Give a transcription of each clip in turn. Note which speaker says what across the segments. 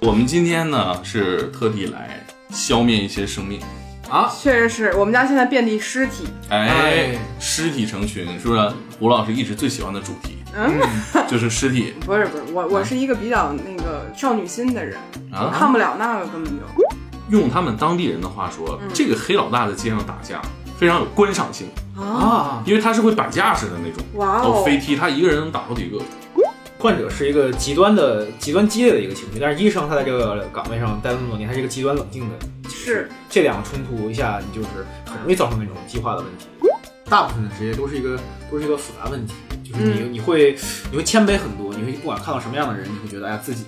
Speaker 1: 我们今天呢是特地来消灭一些生命，
Speaker 2: 啊，
Speaker 3: 确实是我们家现在遍地尸体。
Speaker 1: 哎
Speaker 2: 哎，
Speaker 1: 尸体成群，是不是？胡老师一直最喜欢的主题
Speaker 3: 嗯，
Speaker 1: 就是尸体
Speaker 3: 不是不是，我我是一个比较那个少女心的人，我
Speaker 1: 啊。
Speaker 3: 看不了那个根本就。
Speaker 1: 用他们当地人的话说，这个黑老大在街上打架非常有观赏性，
Speaker 3: 啊，
Speaker 2: 啊，
Speaker 1: 因为他是会摆架势的那种，
Speaker 3: 哇
Speaker 1: 哦，
Speaker 3: 哦，
Speaker 1: 飞踢，他一个人能打好几个。
Speaker 4: 患者是一个极端的、极端激烈的一个情绪，但是医生他在这个岗位上待了那么多年，他是一个极端冷静的。
Speaker 3: 是
Speaker 4: 这两个冲突一下，你就是很容易造成那种激化的问题。大部分的职业都是一个都是一个复杂问题，就是你、你会你会谦卑很多，你会不管看到什么样的人，你会觉得哎呀自己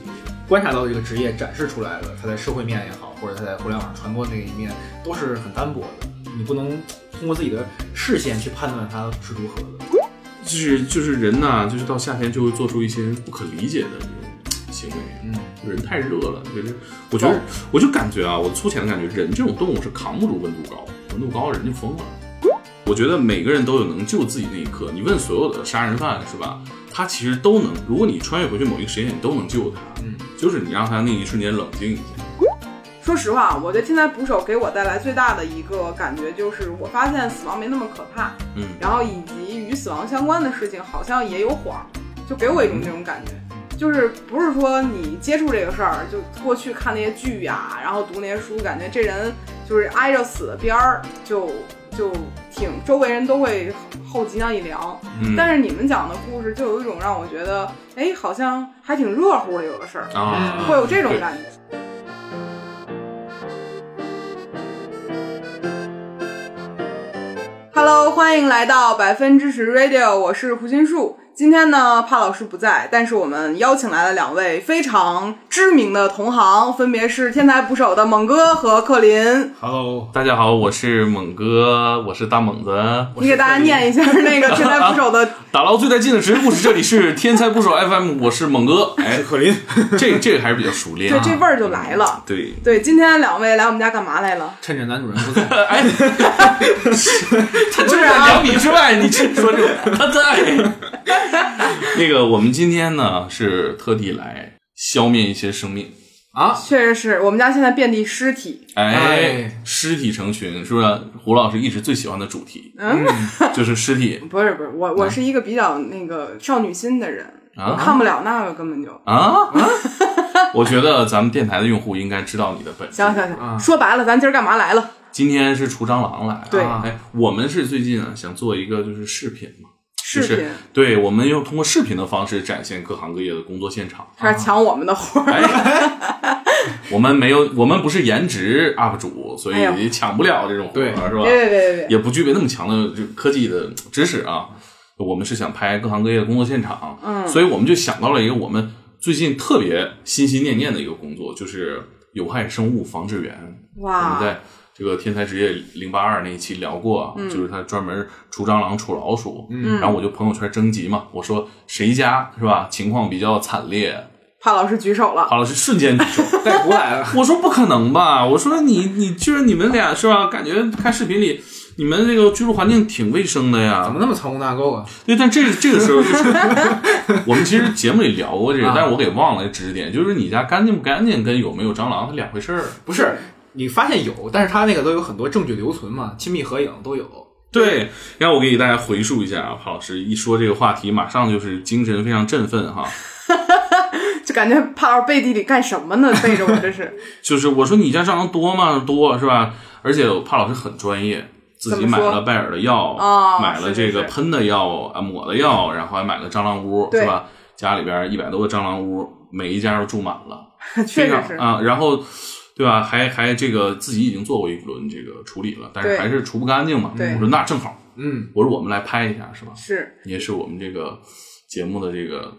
Speaker 4: 观察到这个职业展示出来了，它在社会面也好，或者它在互联网上传播那一面都是很单薄的，你不能通过自己的视线去判断它是如何的。
Speaker 1: 就是就是人呐、就是到夏天就会做出一些不可理解的这种行为。
Speaker 4: 嗯，
Speaker 1: 人太热了，就是我觉得，我就感觉啊，我粗浅的感觉，人这种动物是扛不住温度高，温度高人就疯了。我觉得每个人都有能救自己那一刻。你问所有的杀人犯是吧？他其实都能，如果你穿越回去某一个时间点，你都能救他。
Speaker 4: 嗯，
Speaker 1: 就是你让他那一瞬间冷静一下。
Speaker 3: 说实话，我觉得天才捕手给我带来最大的一个感觉就是，我发现死亡没那么可怕，
Speaker 1: 嗯，
Speaker 3: 然后以及与死亡相关的事情好像也有谎儿，就给我一种这种感觉。就是不是说你接触这个事儿，就过去看那些剧呀、然后读那些书，感觉这人就是挨着死的边儿，就就挺周围人都会后脊梁一凉。
Speaker 1: 嗯
Speaker 3: 但是你们讲的故事就有一种让我觉得，哎，好像还挺热乎的，有个事儿，
Speaker 1: 啊，
Speaker 3: 会有这种
Speaker 1: 对
Speaker 3: 感觉。Hello，欢迎来到百分之十 Radio，我是胡心树。今天呢，帕老师不在，但是我们邀请来了两位非常知名的同行，分别是天才捕手的猛哥和克林。
Speaker 4: Hello，
Speaker 1: 大家好，我是猛哥，我是大啊猛子。
Speaker 3: 你给大家念一下 那个天才捕手的，
Speaker 1: 打捞最带劲的职业故事，这里是天才捕手 FM，我是猛哥。哎，
Speaker 4: 克林。
Speaker 1: 这这个还是比较熟练
Speaker 3: 对，
Speaker 1: 啊。
Speaker 3: 这味儿就来了。
Speaker 1: 对，
Speaker 3: 对，今天两位来我们家干嘛来了？
Speaker 4: 趁着男主人不在，
Speaker 1: 他就是两米之外，你只说这种他在。 那个，我们今天呢是特地来消灭一些生命，
Speaker 2: 啊，
Speaker 3: 确实是我们家现在遍地尸体。
Speaker 1: 哎
Speaker 2: 哎，
Speaker 1: 尸体成群，是不是？胡老师一直最喜欢的主题
Speaker 3: 嗯，
Speaker 1: 就是尸体
Speaker 3: 不是不是，我我是一个比较那个少女心的人，我
Speaker 1: 啊
Speaker 3: 看不了那个根本就。
Speaker 1: 啊！ 我觉得咱们电台的用户应该知道你的本质。
Speaker 3: 行行行，
Speaker 4: 啊
Speaker 3: 说白了，咱今儿干嘛来了？
Speaker 1: 今天是除蟑螂来，
Speaker 3: 对
Speaker 1: 啊哎，我们是最近啊想做一个就是视频嘛，
Speaker 3: 视
Speaker 1: 就
Speaker 3: 频
Speaker 1: 是，对，我们用通过视频的方式展现各行各业的工作现场。
Speaker 3: 他是抢我们的活 儿。
Speaker 1: 哎，我们没有，我们不是颜值 UP 主，所
Speaker 3: 哎呦
Speaker 1: 以抢不了这种活
Speaker 4: 对
Speaker 1: 儿，是
Speaker 3: 别别
Speaker 1: 吧？
Speaker 3: 别别别，
Speaker 1: 也不具备那么强的这科技的知识啊。我们是想拍各行各业的工作现场，
Speaker 3: 嗯
Speaker 1: 所以我们就想到了一个我们最近特别心心念念的一个工作，就是有害生物防治员。我们
Speaker 3: 哇，
Speaker 1: 在这个《天才职业零八二》那一期聊过
Speaker 3: 嗯
Speaker 1: 啊，就是他专门除蟑螂、除老鼠。
Speaker 4: 嗯
Speaker 1: 然后我就朋友圈征集嘛，我说谁家是吧情况比较惨烈，
Speaker 3: 帕老师举手了，
Speaker 1: 好了是瞬间举手。
Speaker 4: 带胡来了。
Speaker 1: 我说不可能吧？我说你你就是你们俩是吧？感觉看视频里你们这个居住环境挺卫生的
Speaker 4: 怎
Speaker 1: 呀。
Speaker 4: 么那么藏污纳垢啊？
Speaker 1: 对，但这这个时候就是 我们其实节目里聊过这个
Speaker 4: 啊，
Speaker 1: 但是我给忘了知识点，就是你家干净不干净跟有没有蟑螂它两回事儿。
Speaker 4: 不是，你发现有，但是他那个都有很多证据留存嘛，亲密合影都有。
Speaker 1: 对，然后我给大家回述一下啊，潘老师一说这个话题，马上就是精神非常振奋哈。
Speaker 3: 就感觉帕老师背地里干什么呢？背着我这是
Speaker 1: 就是我说你家蟑螂多吗？多是吧？而且帕老师很专业，自己
Speaker 3: 怎么
Speaker 1: 买
Speaker 3: 说
Speaker 1: 了拜耳的药，
Speaker 3: 哦
Speaker 1: 买了这
Speaker 3: 是
Speaker 1: 个
Speaker 3: 是是
Speaker 1: 喷的药啊，抹的药，然后还买了蟑螂屋，
Speaker 3: 对
Speaker 1: 是吧？家里边一百多个蟑螂屋，每一家都住满了，
Speaker 3: 确
Speaker 1: 非
Speaker 3: 实
Speaker 1: 常
Speaker 3: 是，
Speaker 1: 啊。然后，对吧？还还这个自己已经做过一轮这个处理了，但是
Speaker 3: 对
Speaker 1: 还是除不干净嘛。
Speaker 3: 对
Speaker 1: 我说那正好，
Speaker 4: 嗯，
Speaker 1: 我说我们来拍一下，是吧？
Speaker 3: 是
Speaker 1: 也是我们这个节目的这个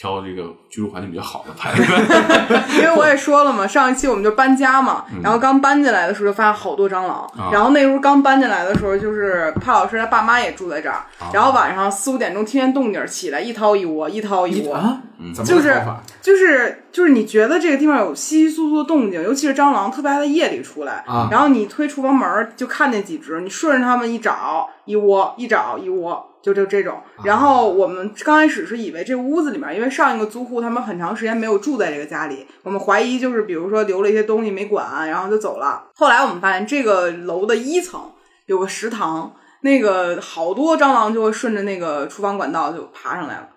Speaker 1: 挑这个居住环境比较好的拍的。
Speaker 3: 因为我也说了嘛，上一期我们就搬家嘛，然后刚搬进来的时候就发现好多蟑螂，
Speaker 1: 嗯啊
Speaker 3: 然后那时候刚搬进来的时候，就是帕老师他爸妈也住在这儿，
Speaker 1: 啊
Speaker 3: 然后晚上四五点钟听见动静儿起来，一掏一窝，一掏一
Speaker 4: 一
Speaker 3: 窝，
Speaker 4: 啊，
Speaker 1: 嗯
Speaker 4: 怎么
Speaker 3: 就
Speaker 4: 个
Speaker 3: 是
Speaker 4: 说法？
Speaker 3: 就是就是你觉得这个地方有稀稀疏疏的动静，尤其是蟑螂特别爱在夜里出来，
Speaker 4: 啊
Speaker 3: 然后你推厨房门儿就看见几只，你顺着它们一找一窝，一找一窝，就就这种。然后我们刚开始是以为这屋子里面，因为上一个租户他们很长时间没有住在这个家里，我们怀疑就是比如说留了一些东西没管，然后就走了。后来我们发现这个楼的一层有个食堂，那个好多蟑螂就会顺着那个厨房管道就爬上来了。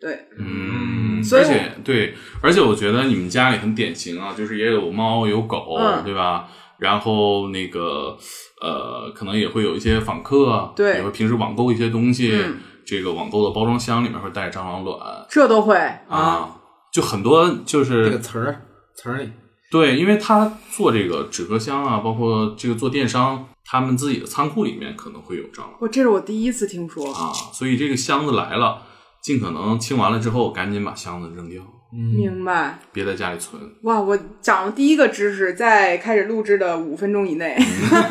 Speaker 3: 对，
Speaker 1: 嗯，
Speaker 3: 所以
Speaker 1: 而且对，而且我觉得你们家里很典型啊，就是也有猫有狗，
Speaker 3: 嗯
Speaker 1: 对吧？然后那个呃，可能也会有一些访客，啊
Speaker 3: 对
Speaker 1: 也会平时网购一些东西，
Speaker 3: 嗯
Speaker 1: 这个网购的包装箱里面会带蟑螂卵
Speaker 3: 这都会啊，
Speaker 1: 啊，就很多就是
Speaker 4: 这个词儿词儿里，
Speaker 1: 对，因为他做这个纸壳箱啊，包括这个做电商，他们自己的仓库里面可能会有蟑螂
Speaker 3: 我哦这是我第一次听说。
Speaker 1: 啊，所以这个箱子来了，尽可能清完了之后，赶紧把箱子扔掉，
Speaker 4: 嗯，
Speaker 3: 明白
Speaker 1: 别在家里存。
Speaker 3: 哇！我长了第一个知识，在开始录制的五分钟以内，
Speaker 1: 嗯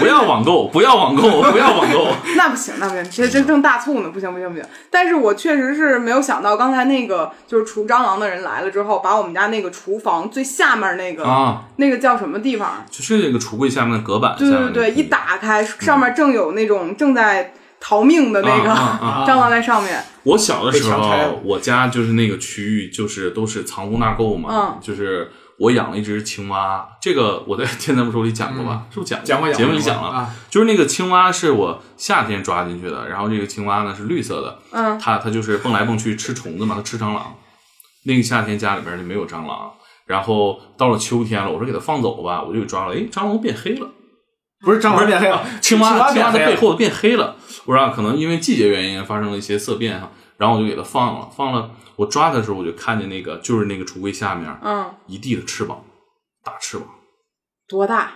Speaker 1: 不要网购，不要网购，不要网购。
Speaker 3: 那不行，那不行，这这正大促呢，不行不行不行。但是我确实是没有想到，刚才那个就是除蟑螂的人来了之后，把我们家那个厨房最下面那个、
Speaker 1: 啊，
Speaker 3: 那个叫什么地方？
Speaker 1: 就是那个橱柜下面的隔板下
Speaker 3: 对
Speaker 1: 面
Speaker 3: 对
Speaker 1: 那个地方，嗯
Speaker 3: 对，一打开，上面正有那种正在逃命的那个、
Speaker 1: 啊啊
Speaker 3: 蟑螂在上面。
Speaker 1: 我小的时
Speaker 4: 被强拆
Speaker 1: 候
Speaker 4: 了，
Speaker 1: 我家就是那个区域，就是都是藏污纳垢嘛。
Speaker 3: 嗯
Speaker 1: 就是我养了一只青蛙，这个我在《天才捕手》里讲过吧？是不是讲
Speaker 4: 嗯讲过
Speaker 1: 节目里讲了。
Speaker 4: 啊，
Speaker 1: 就是那个青蛙是我夏天抓进去的，然后这个青蛙呢是绿色的，
Speaker 3: 嗯，
Speaker 1: 它它就是蹦来蹦去吃虫子嘛，它吃蟑螂。那个夏天家里边就没有蟑螂，然后到了秋天了，我说给它放走吧，我就给抓了，哎，蟑螂变黑了。
Speaker 4: 不是蟑螂变黑了，
Speaker 1: 青
Speaker 4: 青
Speaker 1: 蛙青蛙的
Speaker 4: 变黑
Speaker 1: 背
Speaker 4: 了，
Speaker 1: 后变黑了，我让可能因为季节原因发生了一些色变哈，然后我就给它放了，放了我抓的时候我就看见那个就是那个橱柜下面
Speaker 3: 嗯，
Speaker 1: 一地的翅膀，大翅膀，
Speaker 3: 多大？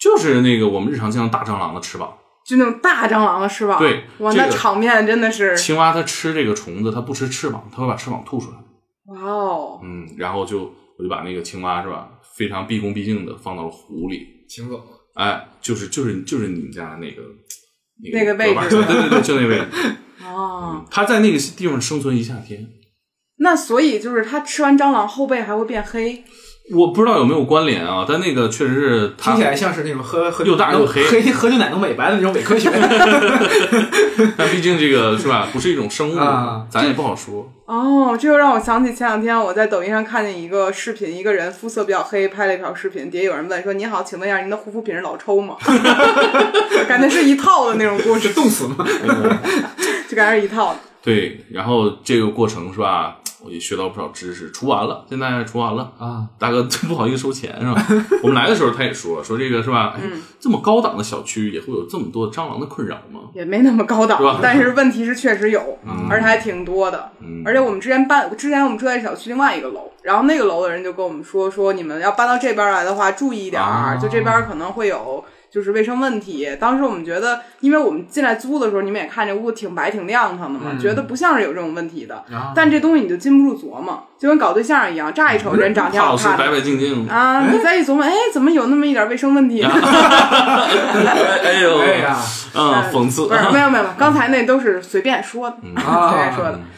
Speaker 1: 就是那个我们日常见到大蟑螂的翅膀。
Speaker 3: 就那种大蟑螂的翅膀。
Speaker 1: 对
Speaker 3: 哇，
Speaker 1: 这
Speaker 3: 那
Speaker 1: 个
Speaker 3: 场面真的是，
Speaker 1: 青蛙它吃这个虫子，它不吃翅膀，它会把翅膀吐出来。
Speaker 3: 哇哦，
Speaker 1: 嗯，然后就我就把那个青蛙是吧，非常毕恭毕敬的放到了湖里。
Speaker 4: 请走了，
Speaker 1: 哎，就是就是就是你们家那个
Speaker 3: 那个位置
Speaker 1: 隔板对对对，就那位置。
Speaker 3: 哦。
Speaker 1: 嗯它在那个地方生存一夏天。
Speaker 3: 那所以就是它吃完蟑螂后背还会变黑，
Speaker 1: 我不知道有没有关联啊，但那个确实是
Speaker 4: 听
Speaker 1: 它
Speaker 4: 起，来像是那种喝喝
Speaker 1: 又大又黑
Speaker 4: 黑喝牛奶能美白的那种伪 科学，
Speaker 1: 但毕竟这个是吧，不是一种生物，
Speaker 4: 啊
Speaker 1: 咱也不好说。
Speaker 3: 哦，这又让我想起前两天我在抖音上看见一个视频，一个人肤色比较黑，拍了一条视频，底下有人问说：“您好，请问一下您的护肤品是老抽吗？” 感觉是一套的那种故
Speaker 4: 是
Speaker 3: 事，
Speaker 4: 冻死吗？
Speaker 3: 就感觉是一套的。
Speaker 1: 对，然后这个过程是吧，我也学到不少知识，除完了，现在除完了。
Speaker 4: 啊，
Speaker 1: 大哥，真不好意思收钱是 吧？我们来的时候他也说说这个是吧？哎，
Speaker 4: 嗯
Speaker 1: 这么高档的小区也会有这么多蟑螂的困扰吗？
Speaker 3: 也没那么高
Speaker 1: 是吧
Speaker 3: 档，但是问题是确实有，而且还挺多的。
Speaker 1: 嗯
Speaker 3: 而且我们之前搬，之前我们住在小区另外一个楼，然后那个楼的人就跟我们说，说你们要搬到这边来的话，注意一点儿，
Speaker 1: 啊
Speaker 3: 就这边可能会有就是卫生问题。当时我们觉得，因为我们进来租的时候，你们也看这屋子挺白挺亮堂的嘛，
Speaker 4: 嗯
Speaker 3: 觉得不像是有这种问题的。
Speaker 4: 啊
Speaker 3: 但这东西你就禁不住琢磨，就跟搞对象一样，乍一瞅人
Speaker 4: 哎
Speaker 3: 长挺
Speaker 1: 怕
Speaker 3: 好
Speaker 1: 老师
Speaker 3: 看
Speaker 1: 白
Speaker 3: 的
Speaker 1: 白净净，
Speaker 3: 啊，你再一琢磨，哎，怎么有那么一点卫生问题呢？
Speaker 1: 哎呦，
Speaker 4: 哎呀，
Speaker 1: 嗯，讽刺
Speaker 3: 不。是，没有没有，没有刚才那都是随便说的， 随便说
Speaker 4: 啊，
Speaker 3: 的。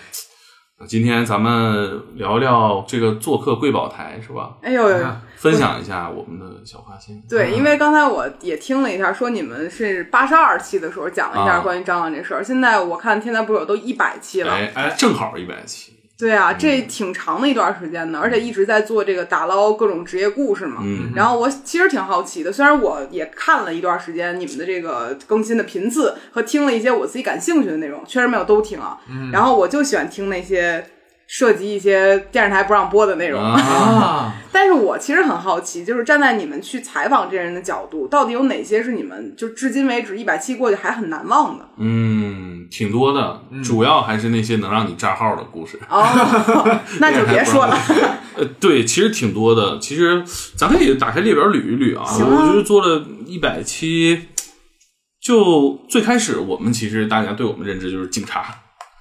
Speaker 1: 今天咱们聊聊这个做客贵宝台是吧？
Speaker 3: 哎呦呦，
Speaker 4: 啊
Speaker 1: 分享一下我们的小发现。
Speaker 3: 对，因为刚才我也听了一下，说你们是八十二期的时候讲了一
Speaker 1: 啊
Speaker 3: 下关于蟑螂这事儿。现在我看《天才捕手》都一百期了，
Speaker 1: 哎嗯哎，正好一百期。
Speaker 3: 对啊，这挺长的一段时间的，而且一直在做这个打捞各种职业故事嘛。
Speaker 1: 嗯
Speaker 3: 然后我其实挺好奇的，虽然我也看了一段时间你们的这个更新的频次和听了一些我自己感兴趣的内容，确实没有都听啊。
Speaker 1: 嗯
Speaker 3: 然后我就喜欢听那些涉及一些电视台不让播的内容。
Speaker 1: 啊，
Speaker 4: 啊，
Speaker 3: 但是我其实很好奇，就是站在你们去采访这些人的角度，到底有哪些是你们就至今为止一百期过去还很难忘的？
Speaker 1: 嗯，挺多的，主要还是那些能让你炸号的故事。
Speaker 3: 哦，那就别说了。
Speaker 1: 呃，对，其实挺多的。其实咱可以打开列表捋一捋啊。
Speaker 3: 行啊
Speaker 1: 我就是做了一百期，就最开始我们其实大家对我们认知就是警察、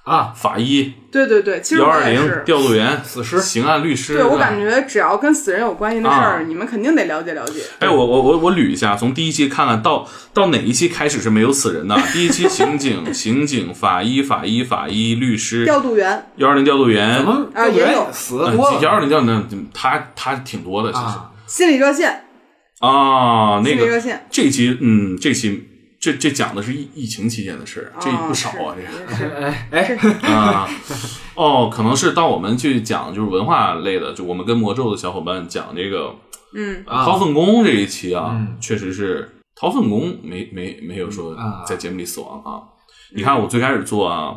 Speaker 4: 啊，
Speaker 1: 法医、
Speaker 3: 对对对，其实
Speaker 1: 幺
Speaker 3: 我
Speaker 1: 二
Speaker 3: 也
Speaker 1: 零
Speaker 3: 是。
Speaker 1: 调度员、
Speaker 4: 死尸
Speaker 1: 刑案律师。
Speaker 3: 对，我
Speaker 1: 是吧
Speaker 3: 感觉只要跟死人有关系的事儿，
Speaker 1: 啊
Speaker 3: 你们肯定得了解了解。
Speaker 1: 哎，我我我我捋一下，从第一期看看到到哪一期开始是没有死人的？第一期刑警、刑警、法医、法医、法医、律师、
Speaker 3: 调度员，
Speaker 1: 幺二零调度员，
Speaker 4: 怎么
Speaker 3: 啊也有
Speaker 4: 死得多
Speaker 1: 幺
Speaker 4: 了
Speaker 1: 二零调度员，他他挺多的其实
Speaker 4: 啊，
Speaker 3: 心理热线，
Speaker 1: 啊，那
Speaker 3: 心理
Speaker 1: 个
Speaker 3: 热线，
Speaker 1: 这期嗯这期这这讲的是疫疫情期间的事儿，这不少啊，这个。
Speaker 3: 这个。
Speaker 4: 哎哎，
Speaker 1: 啊，哦，可能是到我们去讲就是文化类的，就我们跟魔咒的小伙伴讲这个
Speaker 3: 嗯，
Speaker 4: 啊
Speaker 1: 掏粪工这一期啊，
Speaker 4: 嗯
Speaker 1: 确实是掏粪工没没没有说
Speaker 4: 啊
Speaker 1: 在节目里死亡啊。你看我最开始做啊，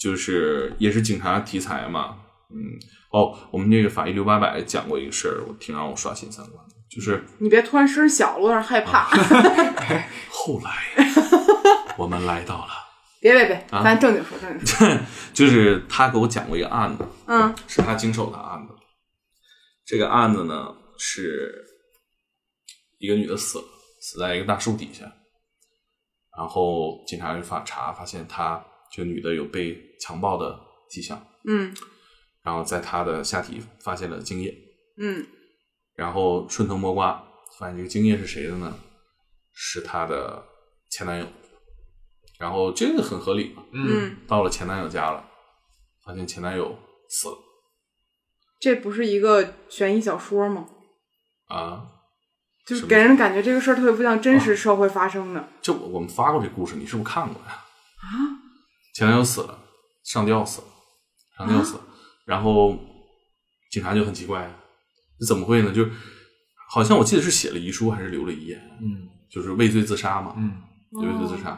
Speaker 1: 就是也是警察题材嘛，嗯，哦，我们这个法医六八百讲过一个事儿，我挺让我刷新三观的，就是
Speaker 3: 你别突然声小了，我有点害怕。
Speaker 1: 啊后来我们来到了，
Speaker 3: 别别别，
Speaker 1: 啊
Speaker 3: 咱正经说正 经说。
Speaker 1: 就是他给我讲过一个案子，
Speaker 3: 嗯
Speaker 1: 是他经手的案子。这个案子呢，是一个女的死了，死在一个大树底下。然后警察就发查，发现她这个女的有被强暴的迹象，
Speaker 3: 嗯
Speaker 1: 然后在她的下体发现了精液，
Speaker 3: 嗯
Speaker 1: 然后顺藤摸瓜，发现这个精液是谁的呢？是她的前男友。然后这个很合理嘛，
Speaker 4: 嗯，
Speaker 3: 嗯，
Speaker 1: 到了前男友家了，发现前男友死了
Speaker 3: 这不是一个悬疑小说吗？
Speaker 1: 啊，
Speaker 3: 就是
Speaker 1: 什么
Speaker 3: 给人感觉这个事儿特别不像真实社会发生的。
Speaker 1: 这我我们发过这故事，你是不是看过呀？啊，前男友死了，上吊死了，上吊死了，然后警察就很奇怪，这怎么会呢？就是好像我记得是写了遗书还是留了遗言，
Speaker 4: 嗯
Speaker 1: 就是畏罪自杀嘛，
Speaker 4: 嗯
Speaker 1: 畏罪自杀。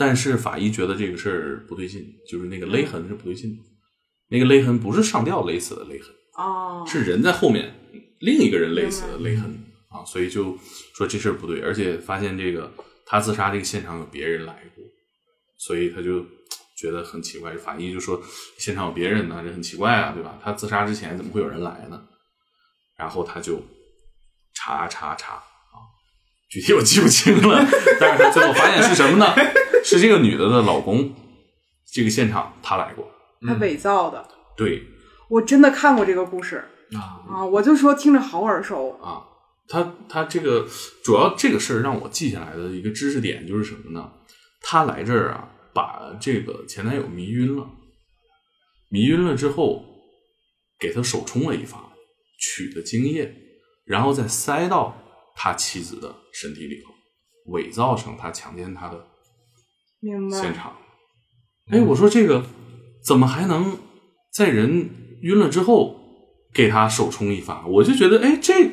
Speaker 1: 但是法医觉得这个事儿不对劲，就是那个勒痕是不对劲的，那个勒痕不是上吊勒死的勒痕，
Speaker 3: 哦，
Speaker 1: 是人在后面另一个人勒死的勒痕啊，所以就说这事儿不对，而且发现这个他自杀这个现场有别人来过，所以他就觉得很奇怪，法医就说现场有别人呢，这很奇怪啊，对吧？他自杀之前怎么会有人来呢？然后他就查查查啊，具体我记不清了，但是他最后发现是什么呢？是这个女的的老公，这个现场他来过，
Speaker 3: 他伪造的。
Speaker 1: 对
Speaker 3: 我真的看过这个故事
Speaker 4: 啊，
Speaker 3: 啊，我就说听着好耳熟。
Speaker 1: 啊，他他这个主要这个事儿让我记下来的一个知识点就是什么呢？他来这儿啊，把这个前男友迷晕了，迷晕了之后，给他手冲了一发，取的精液，然后再塞到他妻子的身体里头，伪造成他强奸她的
Speaker 3: 明
Speaker 1: 现
Speaker 3: 白。嗯
Speaker 1: 场。哎，我说这个怎么还能在人晕了之后给他手冲一发？我就觉得，哎，这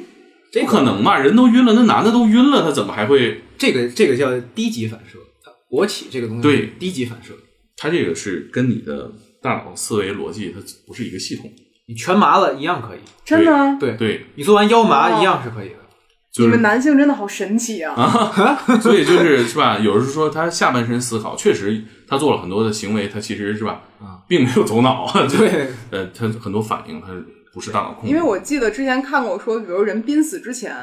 Speaker 4: 这
Speaker 1: 不
Speaker 4: 个
Speaker 1: 可能吧？人都晕了，那男的都晕了，他怎么还会？
Speaker 4: 这个这个叫低级反射，勃起这个东西
Speaker 1: 对
Speaker 4: 低级反射，
Speaker 1: 他这个是跟你的大脑思维逻辑，它不是一个系统。
Speaker 4: 你全麻了一样可以，
Speaker 3: 真的啊，
Speaker 4: 对，
Speaker 1: 对，
Speaker 4: 你做完腰麻
Speaker 3: 哦
Speaker 4: 一样是可以的，
Speaker 1: 就
Speaker 3: 你们
Speaker 1: 是，
Speaker 3: 男性真的好神奇啊！
Speaker 1: 所以就是是吧？有人说他下半身思考，确实他做了很多的行为，他其实是吧
Speaker 4: 啊，
Speaker 1: 并没有头脑，就
Speaker 4: 对，
Speaker 1: 呃，他很多反应他不是大脑控制。
Speaker 3: 因为我记得之前看过说，比如人濒死之前，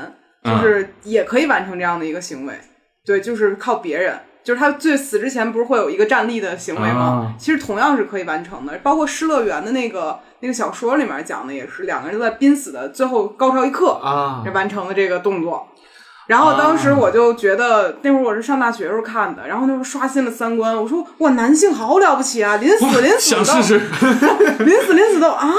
Speaker 3: 就
Speaker 1: 嗯
Speaker 3: 是也可以完成这样的一个行为。对，就是靠别人，就是他最死之前不是会有一个站立的行为吗
Speaker 1: 啊？
Speaker 3: 其实同样是可以完成的，包括《失乐园》的那个那个小说里面讲的也是，两个人都在濒死的最后高潮一刻
Speaker 4: 啊，
Speaker 3: 完成的这个动作。然后
Speaker 1: 啊
Speaker 3: 当时我就觉得，那会儿我是上大学时候看的，然后那会儿刷新了三观。我说哇，男性好了不起啊，临死临死
Speaker 1: 想
Speaker 3: 都
Speaker 1: 试试
Speaker 3: 临死临死都啊！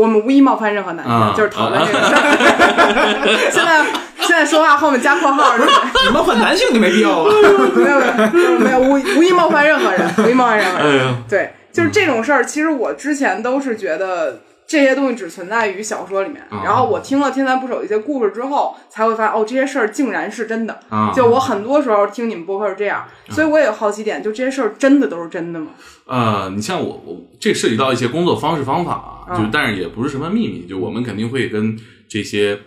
Speaker 3: 我们无意冒犯任何男性，
Speaker 1: 啊
Speaker 3: 就是讨论这个事 儿。现在现在说话后面加括号，就是
Speaker 4: 你们换男性就没必要啊，
Speaker 3: 没有没有没有无无意冒犯任何人，无意冒犯任何人。
Speaker 1: 哎呀，
Speaker 3: 对，就是这种事儿，其实我之前都是觉得这些东西只存在于小说里面，
Speaker 1: 啊
Speaker 3: 然后我听了《天才捕手》一些故事之后，才会发现哦，这些事儿竟然是真的。
Speaker 1: 啊，
Speaker 3: 就我很多时候听你们播客是这样，所以我也有好奇点，就这些事儿真的都是真的吗？
Speaker 1: 呃，你像我，我这涉及到一些工作方式方法啊，
Speaker 3: 嗯
Speaker 1: 就但是也不是什么秘密，就我们肯定会跟这些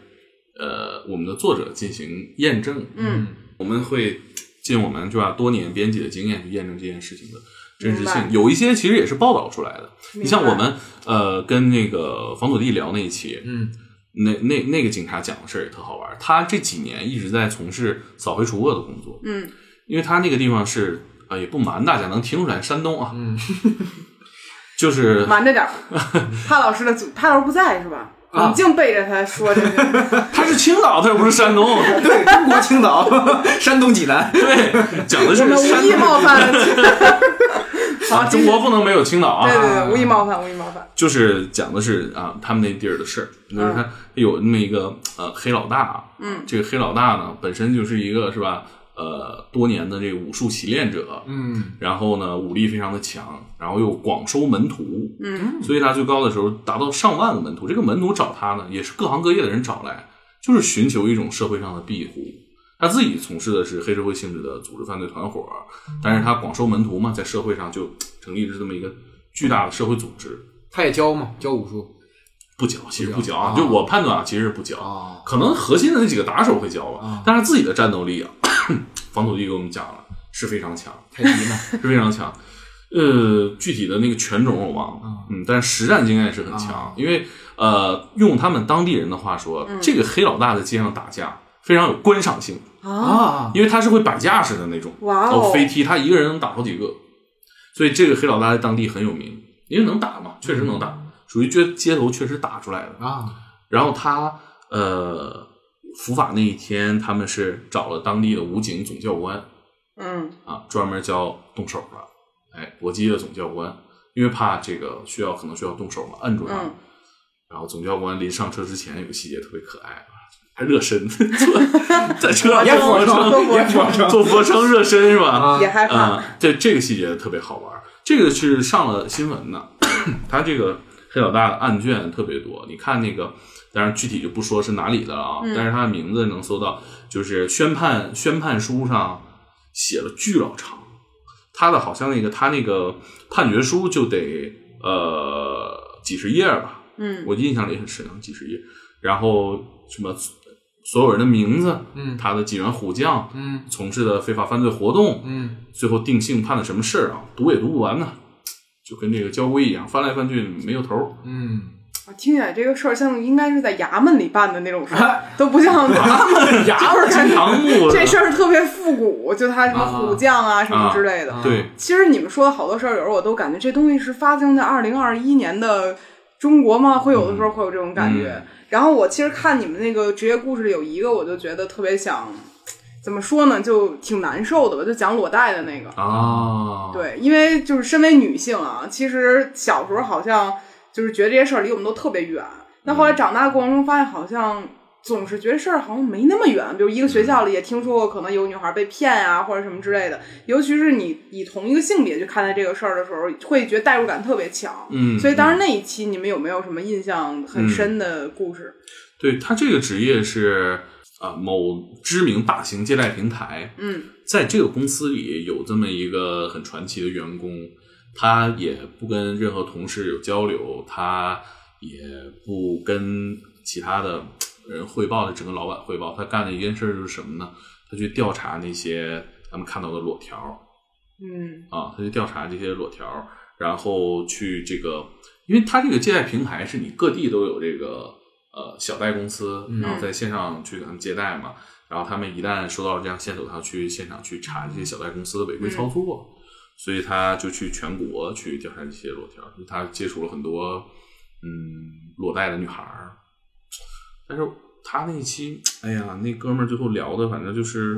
Speaker 1: 呃我们的作者进行验证，
Speaker 3: 嗯，
Speaker 1: 我们会尽我们对吧多年编辑的经验去验证这件事情的真实
Speaker 3: 明
Speaker 1: 性
Speaker 3: 白。
Speaker 1: 有一些其实也是报道出来的，你像
Speaker 3: 明白
Speaker 1: 我们呃跟那个房祖帝聊那一期，
Speaker 4: 嗯
Speaker 1: 那那那个警察讲的事儿也特好玩儿，他这几年一直在从事扫黑除恶的工作，
Speaker 3: 嗯，
Speaker 1: 因为他那个地方是啊、也不瞒大家能听出来，山东啊，
Speaker 4: 嗯，
Speaker 1: 就是
Speaker 3: 瞒着点儿。帕老师的组，帕老师不在是吧？
Speaker 4: 啊
Speaker 3: 你净背着他说这个，
Speaker 1: 他是青岛，他又不是山东，
Speaker 4: 对，中国青岛、山东济南，
Speaker 1: 对，讲的
Speaker 3: 我
Speaker 1: 是
Speaker 3: 们无
Speaker 1: 山
Speaker 3: 意冒犯。好，
Speaker 1: 啊，
Speaker 3: 继
Speaker 1: 中
Speaker 3: 续
Speaker 1: 国不能没有青岛
Speaker 3: 对
Speaker 1: 啊，
Speaker 3: 对对，无意冒犯，无意冒犯。
Speaker 1: 就是讲的是啊他们那地儿的事儿，就是他有那么一个呃黑老大，
Speaker 3: 嗯，
Speaker 1: 这个黑老大呢本身就是一个是吧呃多年的这个武术习练者，
Speaker 4: 嗯，
Speaker 1: 然后呢武力非常的强，然后又广收门徒，
Speaker 3: 嗯，
Speaker 1: 所以他最高的时候达到上万个门徒。这个门徒找他呢，也是各行各业的人找来，就是寻求一种社会上的庇护。他自己从事的是黑社会性质的组织犯罪团伙，但是他广收门徒嘛，在社会上就成立了这么一个巨大的社会组织。
Speaker 4: 他也教嘛，教武术
Speaker 1: 不教，其实
Speaker 4: 不
Speaker 1: 不
Speaker 4: 教
Speaker 1: 教
Speaker 4: 啊
Speaker 1: 啊，就我判断啊，其实是不教。
Speaker 4: 啊，
Speaker 1: 可能核心的那几个打手会教吧，
Speaker 4: 啊
Speaker 1: 但是自己的战斗力啊，防土地给我们讲了是非常强，
Speaker 4: 太极嘛，
Speaker 1: 是非常强。呃，具体的那个拳种我忘了
Speaker 4: 啊，
Speaker 1: 嗯，但是实战经验是很强，
Speaker 4: 啊
Speaker 1: 因为呃，用他们当地人的话说，这个黑老大在街上打架非常有观赏性，
Speaker 3: 啊，
Speaker 4: 啊，
Speaker 1: 因为他是会摆架式的那种，
Speaker 3: 哇
Speaker 1: 哦，
Speaker 3: 哦，
Speaker 1: 飞踢，他一个人能打好几个，所以这个黑老大在当地很有名，因为能打嘛，确实能打，
Speaker 4: 嗯
Speaker 1: 属于街街头确实打出来的。
Speaker 4: 啊，
Speaker 1: 然后他呃伏法那一天，他们是找了当地的武警总教官
Speaker 3: 嗯
Speaker 1: 啊，专门教动手的，哎，搏击的总教官，因为怕这个需要可能需要动手嘛，摁住他。
Speaker 3: 嗯
Speaker 1: 然后总教官临上车之前有个细节特别可爱，还热身，坐在车上
Speaker 4: 也
Speaker 1: 做俯
Speaker 4: 俯
Speaker 1: 卧撑
Speaker 4: 撑，
Speaker 3: 都俯
Speaker 4: 也
Speaker 3: 卧
Speaker 4: 俯撑，
Speaker 1: 做俯卧撑热身是吧？
Speaker 4: 啊
Speaker 3: 也害怕，
Speaker 1: 嗯，这这个细节特别好玩儿，这个是上了新闻的。他这个黑老大的案卷特别多，你看那个，当然具体就不说是哪里的了啊，
Speaker 4: 嗯
Speaker 1: 但是他的名字能搜到，就是宣判宣判书上写了巨老长，他的好像那个他那个判决书就得呃几十页儿吧，
Speaker 3: 嗯
Speaker 1: 我印象里很深，啊几十页，然后什么所有人的名字，
Speaker 4: 嗯
Speaker 1: 他的几员虎将，
Speaker 4: 嗯
Speaker 1: 从事的非法犯罪活动，
Speaker 4: 嗯
Speaker 1: 最后定性判了什么事儿啊？读也读不完呢，就跟这个交规一样，翻来翻去没有头 儿。
Speaker 4: 嗯，
Speaker 3: 我听起来这个事儿像应该是在衙门里办的那种事儿，都不像他们
Speaker 4: 嗯
Speaker 1: 衙门金堂木，
Speaker 3: 这事儿特别复古，就他什么虎将啊什么之类的。
Speaker 4: 啊
Speaker 1: 对
Speaker 3: 其实你们说的好多事儿，有时候我都感觉这东西是发生在二零二一年的中国吗？会有的时候会有这种感觉。
Speaker 1: 嗯
Speaker 3: 然后我其实看你们那个职业故事有一个，我就觉得特别想，怎么说呢，就挺难受的吧，就讲裸贷的那个。
Speaker 1: 啊，
Speaker 3: 对，因为就是身为女性啊，其实小时候好像就是觉得这些事儿离我们都特别远。那
Speaker 1: 嗯
Speaker 3: 后来长大过程中发现，好像总是觉得事儿好像没那么远。比如一个学校里也听说过，可能有女孩被骗啊，或者什么之类的。尤其是你以同一个性别去看待这个事儿的时候，会觉得代入感特别强。
Speaker 1: 嗯，
Speaker 3: 所以当时
Speaker 1: 嗯
Speaker 3: 那一期你们有没有什么印象很深的故事？
Speaker 1: 对他这个职业是啊、某知名大型借贷平台，
Speaker 3: 嗯
Speaker 1: 在这个公司里有这么一个很传奇的员工，他也不跟任何同事有交流，他也不跟其他的人汇报，他只跟老板汇报。他干的一件事就是什么呢？他去调查那些他们看到的裸条
Speaker 3: 嗯
Speaker 1: 啊，他去调查这些裸条，然后去这个，因为他这个借贷平台是你各地都有这个呃小贷公司，然后在线上去给他们借贷嘛，然后他们一旦收到这样线索，他去现场去查这些小贷公司的违规操作，所以他就去全国去调查这些裸条，他接触了很多嗯裸贷的女孩儿，但是他那一期，哎呀，那哥们儿最后聊的，反正就是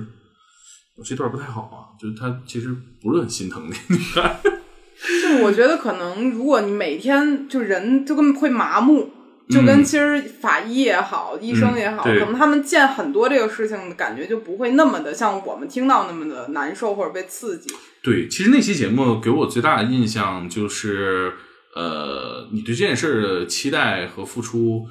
Speaker 1: 我这段不太好啊，就是他其实不是很心疼那女孩儿，
Speaker 3: 就是我觉得可能，如果你每天就人就跟会麻木，就跟
Speaker 1: 嗯
Speaker 3: 其实法医也好，医生也好，
Speaker 1: 对
Speaker 3: 可能他们见很多这个事情，感觉就不会那么的像我们听到那么的难受或者被刺激。
Speaker 1: 对，其实那期节目给我最大的印象就是，呃，你对这件事儿的期待和付出，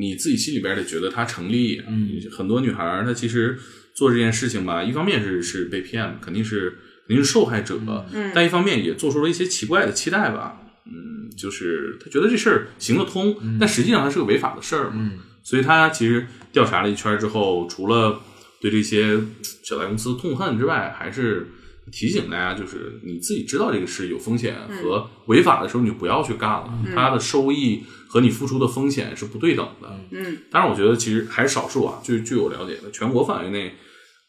Speaker 1: 你自己心里边儿得觉得它成立。啊
Speaker 4: 嗯，
Speaker 1: 很多女孩儿她其实做这件事情吧，一方面是是被骗，肯定是肯定是受害者，
Speaker 3: 嗯
Speaker 1: 但一方面也做出了一些奇怪的期待吧。嗯，就是她觉得这事儿行得通，但实际上它是个违法的事儿嘛。
Speaker 4: 嗯
Speaker 1: 所以他其实调查了一圈之后，除了对这些小贷公司痛恨之外，还是提醒大家，就是你自己知道这个事有风险
Speaker 3: 嗯
Speaker 1: 和违法的时候，你就不要去干了。它的收益和你付出的风险是不对等的。
Speaker 3: 嗯
Speaker 1: 当然，我觉得其实还是少数啊。据据我了解的，全国范围内，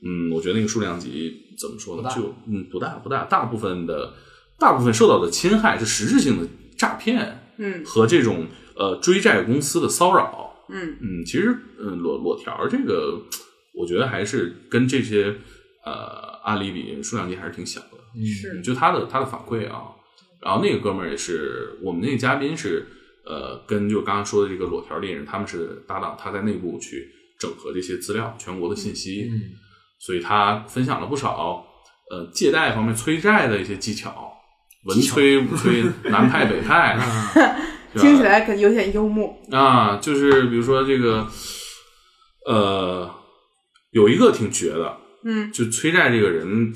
Speaker 1: 嗯，我觉得那个数量级怎么说
Speaker 4: 不
Speaker 1: 呢？
Speaker 4: 大
Speaker 1: 就嗯不大不大，大部分的大部分受到的侵害是实质性的诈骗
Speaker 3: 嗯
Speaker 1: 和这种呃追债公司的骚扰。
Speaker 3: 嗯
Speaker 1: 嗯，其实嗯，裸裸条儿这个，我觉得还是跟这些呃案例比，数量级还是挺小的。
Speaker 4: 嗯，
Speaker 3: 是
Speaker 1: 就他的他的反馈啊，然后那个哥们儿也是我们那个嘉宾是呃，跟就刚刚说的这个裸条猎人他们是搭档，他在内部去整合这些资料，全国的信息，
Speaker 4: 嗯
Speaker 1: 所以他分享了不少呃借贷方面催债的一些技巧，文
Speaker 4: 技巧嗯
Speaker 1: 催武催，南派北派， 是吧
Speaker 3: 听起来可能有点幽默。
Speaker 1: 啊，就是比如说这个，呃，有一个挺绝的，
Speaker 3: 嗯，
Speaker 1: 就催债这个人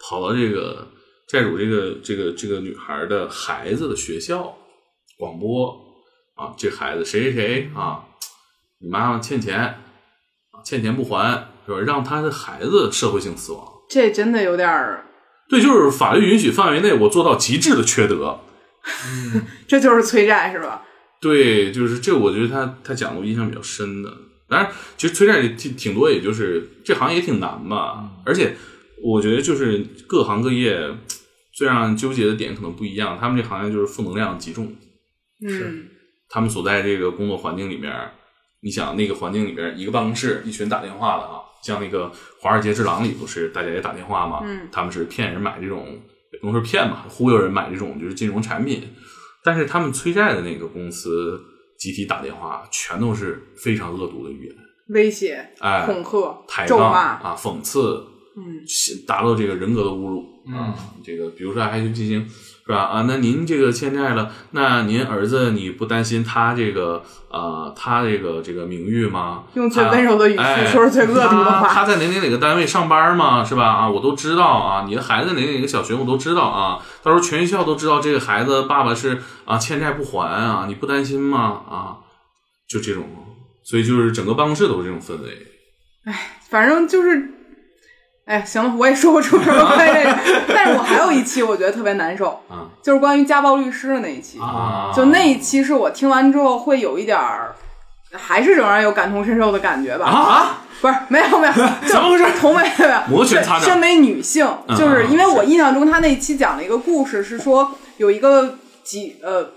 Speaker 1: 跑到这个债主这个这个这个女孩的孩子的学校广播啊，这孩子谁谁谁啊，你妈妈欠钱啊，欠钱不还是吧？让他的孩子社会性死亡，
Speaker 3: 这真的有点儿，
Speaker 1: 对，就是法律允许范围内，我做到极致的缺德，
Speaker 3: 这就是催债是吧？
Speaker 1: 对，就是这，我觉得他他讲的我印象比较深的。当然，其实催债也挺挺多，也就是这行也挺难吧。而且我觉得就是各行各业最让人纠结的点可能不一样。他们这行业就是负能量集中，
Speaker 3: 嗯，
Speaker 1: 他们所在这个工作环境里面，你想那个环境里面一个办公室一群打电话的啊，像那个《华尔街之狼》里不是大家也打电话嘛，
Speaker 3: 嗯
Speaker 1: 他们是骗人买这种，也不能说骗吧，忽悠人买这种就是金融产品，但是他们催债的那个公司集体打电话，全都是非常恶毒的语言，
Speaker 3: 威胁、
Speaker 1: 哎，
Speaker 3: 恐吓
Speaker 1: 抬、
Speaker 3: 咒
Speaker 1: 杠
Speaker 3: 骂，
Speaker 1: 啊，讽刺，
Speaker 3: 嗯，
Speaker 1: 达到这个人格的侮辱啊。这个比如说还去进行是吧？啊，那您这个欠债了，那您儿子你不担心他这个呃他这个这个名誉吗？
Speaker 3: 用最
Speaker 1: 他
Speaker 3: 温柔的语气
Speaker 1: 哎
Speaker 3: 说出最恶毒的
Speaker 1: 他
Speaker 3: 话。
Speaker 1: 他在哪哪哪个单位上班吗？是吧？啊，我都知道啊。你的孩子哪哪个小学我都知道啊。到时候全学校都知道这个孩子爸爸是啊欠债不还啊，你不担心吗？啊，就这种，所以就是整个办公室都是这种氛围。
Speaker 3: 反正就是，哎，行了，我也说不出什么关于 这个，但是我还有一期我觉得特别难受，
Speaker 1: 啊
Speaker 3: 就是关于家暴律师的那一期，
Speaker 1: 啊，
Speaker 3: 就那一期是我听完之后会有一点儿，还是仍然有感同身受的感觉吧。
Speaker 1: 啊，
Speaker 3: 不是，没有 没有，怎
Speaker 1: 么回事？
Speaker 3: 同为没有，
Speaker 1: 摩拳擦掌
Speaker 3: 身为女性，
Speaker 1: 嗯
Speaker 3: 就是因为
Speaker 1: 嗯
Speaker 3: 我印象中她那一期讲了一个故事，是说有一个几呃。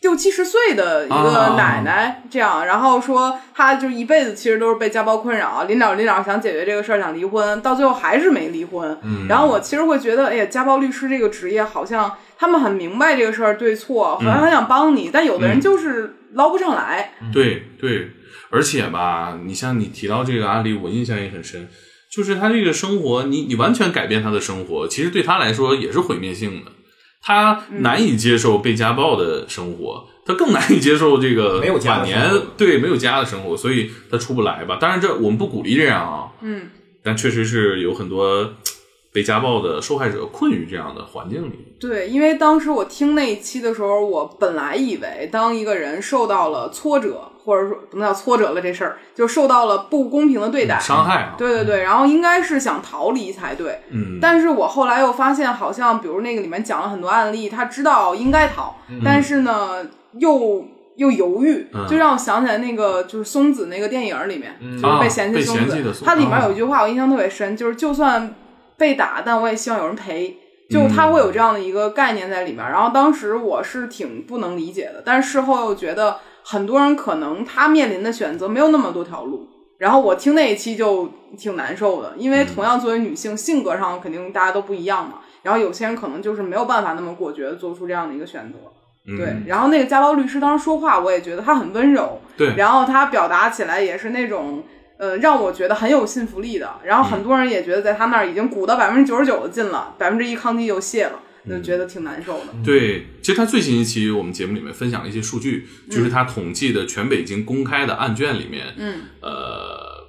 Speaker 3: 六七十岁的一个
Speaker 1: 啊
Speaker 3: 奶奶这样，然后说她就一辈子其实都是被家暴困扰，临了临了想解决这个事儿，想离婚，到最后还是没离婚。
Speaker 1: 嗯
Speaker 3: 然后我其实会觉得，哎呀，家暴律师这个职业好像他们很明白这个事儿对错，好
Speaker 1: 嗯
Speaker 3: 像很想帮你，但有的人就是捞不上来。
Speaker 1: 对对，而且吧，你像你提到这个案例，我印象也很深，就是他这个生活，你你完全改变他的生活，其实对他来说也是毁灭性的，他难以接受被家暴的生活。他更难以接受这个
Speaker 4: 没有家
Speaker 1: 晚
Speaker 4: 的生
Speaker 1: 年
Speaker 4: 活
Speaker 1: 对没有家的生活，所以他出不来吧。当然，这我们不鼓励这样啊，
Speaker 3: 嗯，
Speaker 1: 但确实是有很多被家暴的受害者困于这样的环境里。
Speaker 3: 对，因为当时我听那一期的时候，我本来以为当一个人受到了挫折，或者说不能叫挫折了这事儿，就受到了不公平的对待，
Speaker 1: 伤害啊，
Speaker 3: 对对对，然后应该是想逃离才对。
Speaker 1: 嗯，
Speaker 3: 但是我后来又发现，好像比如那个里面讲了很多案例，他知道应该逃，但是呢又又犹豫，
Speaker 1: 嗯
Speaker 3: 就让我想起来那个就是松子那个电影里面，
Speaker 4: 嗯
Speaker 3: 就是被嫌弃
Speaker 1: 啊被
Speaker 3: 松子，
Speaker 1: 嫌弃的松子
Speaker 3: 它里面有一句话我印象特别深，就是就算被打，但我也希望有人陪。就他会有这样的一个概念在里面，然后当时我是挺不能理解的，但是事后又觉得很多人可能他面临的选择没有那么多条路，然后我听那一期就挺难受的，因为同样作为女性，性格上肯定大家都不一样嘛。然后有些人可能就是没有办法那么果决的做出这样的一个选择，
Speaker 1: 嗯
Speaker 3: 对。然后那个家暴律师当时说话，我也觉得他很温柔，
Speaker 1: 对
Speaker 3: 然后他表达起来也是那种，呃，让我觉得很有信服力的。然后很多人也觉得在他那儿已经鼓到百分之九十九的劲了，百分之一抗击就泄了，就觉得挺难受的。
Speaker 1: 对，其实他最新一期我们节目里面分享了一些数据，就是他统计的全北京公开的案卷里面，
Speaker 3: 嗯，
Speaker 1: 呃，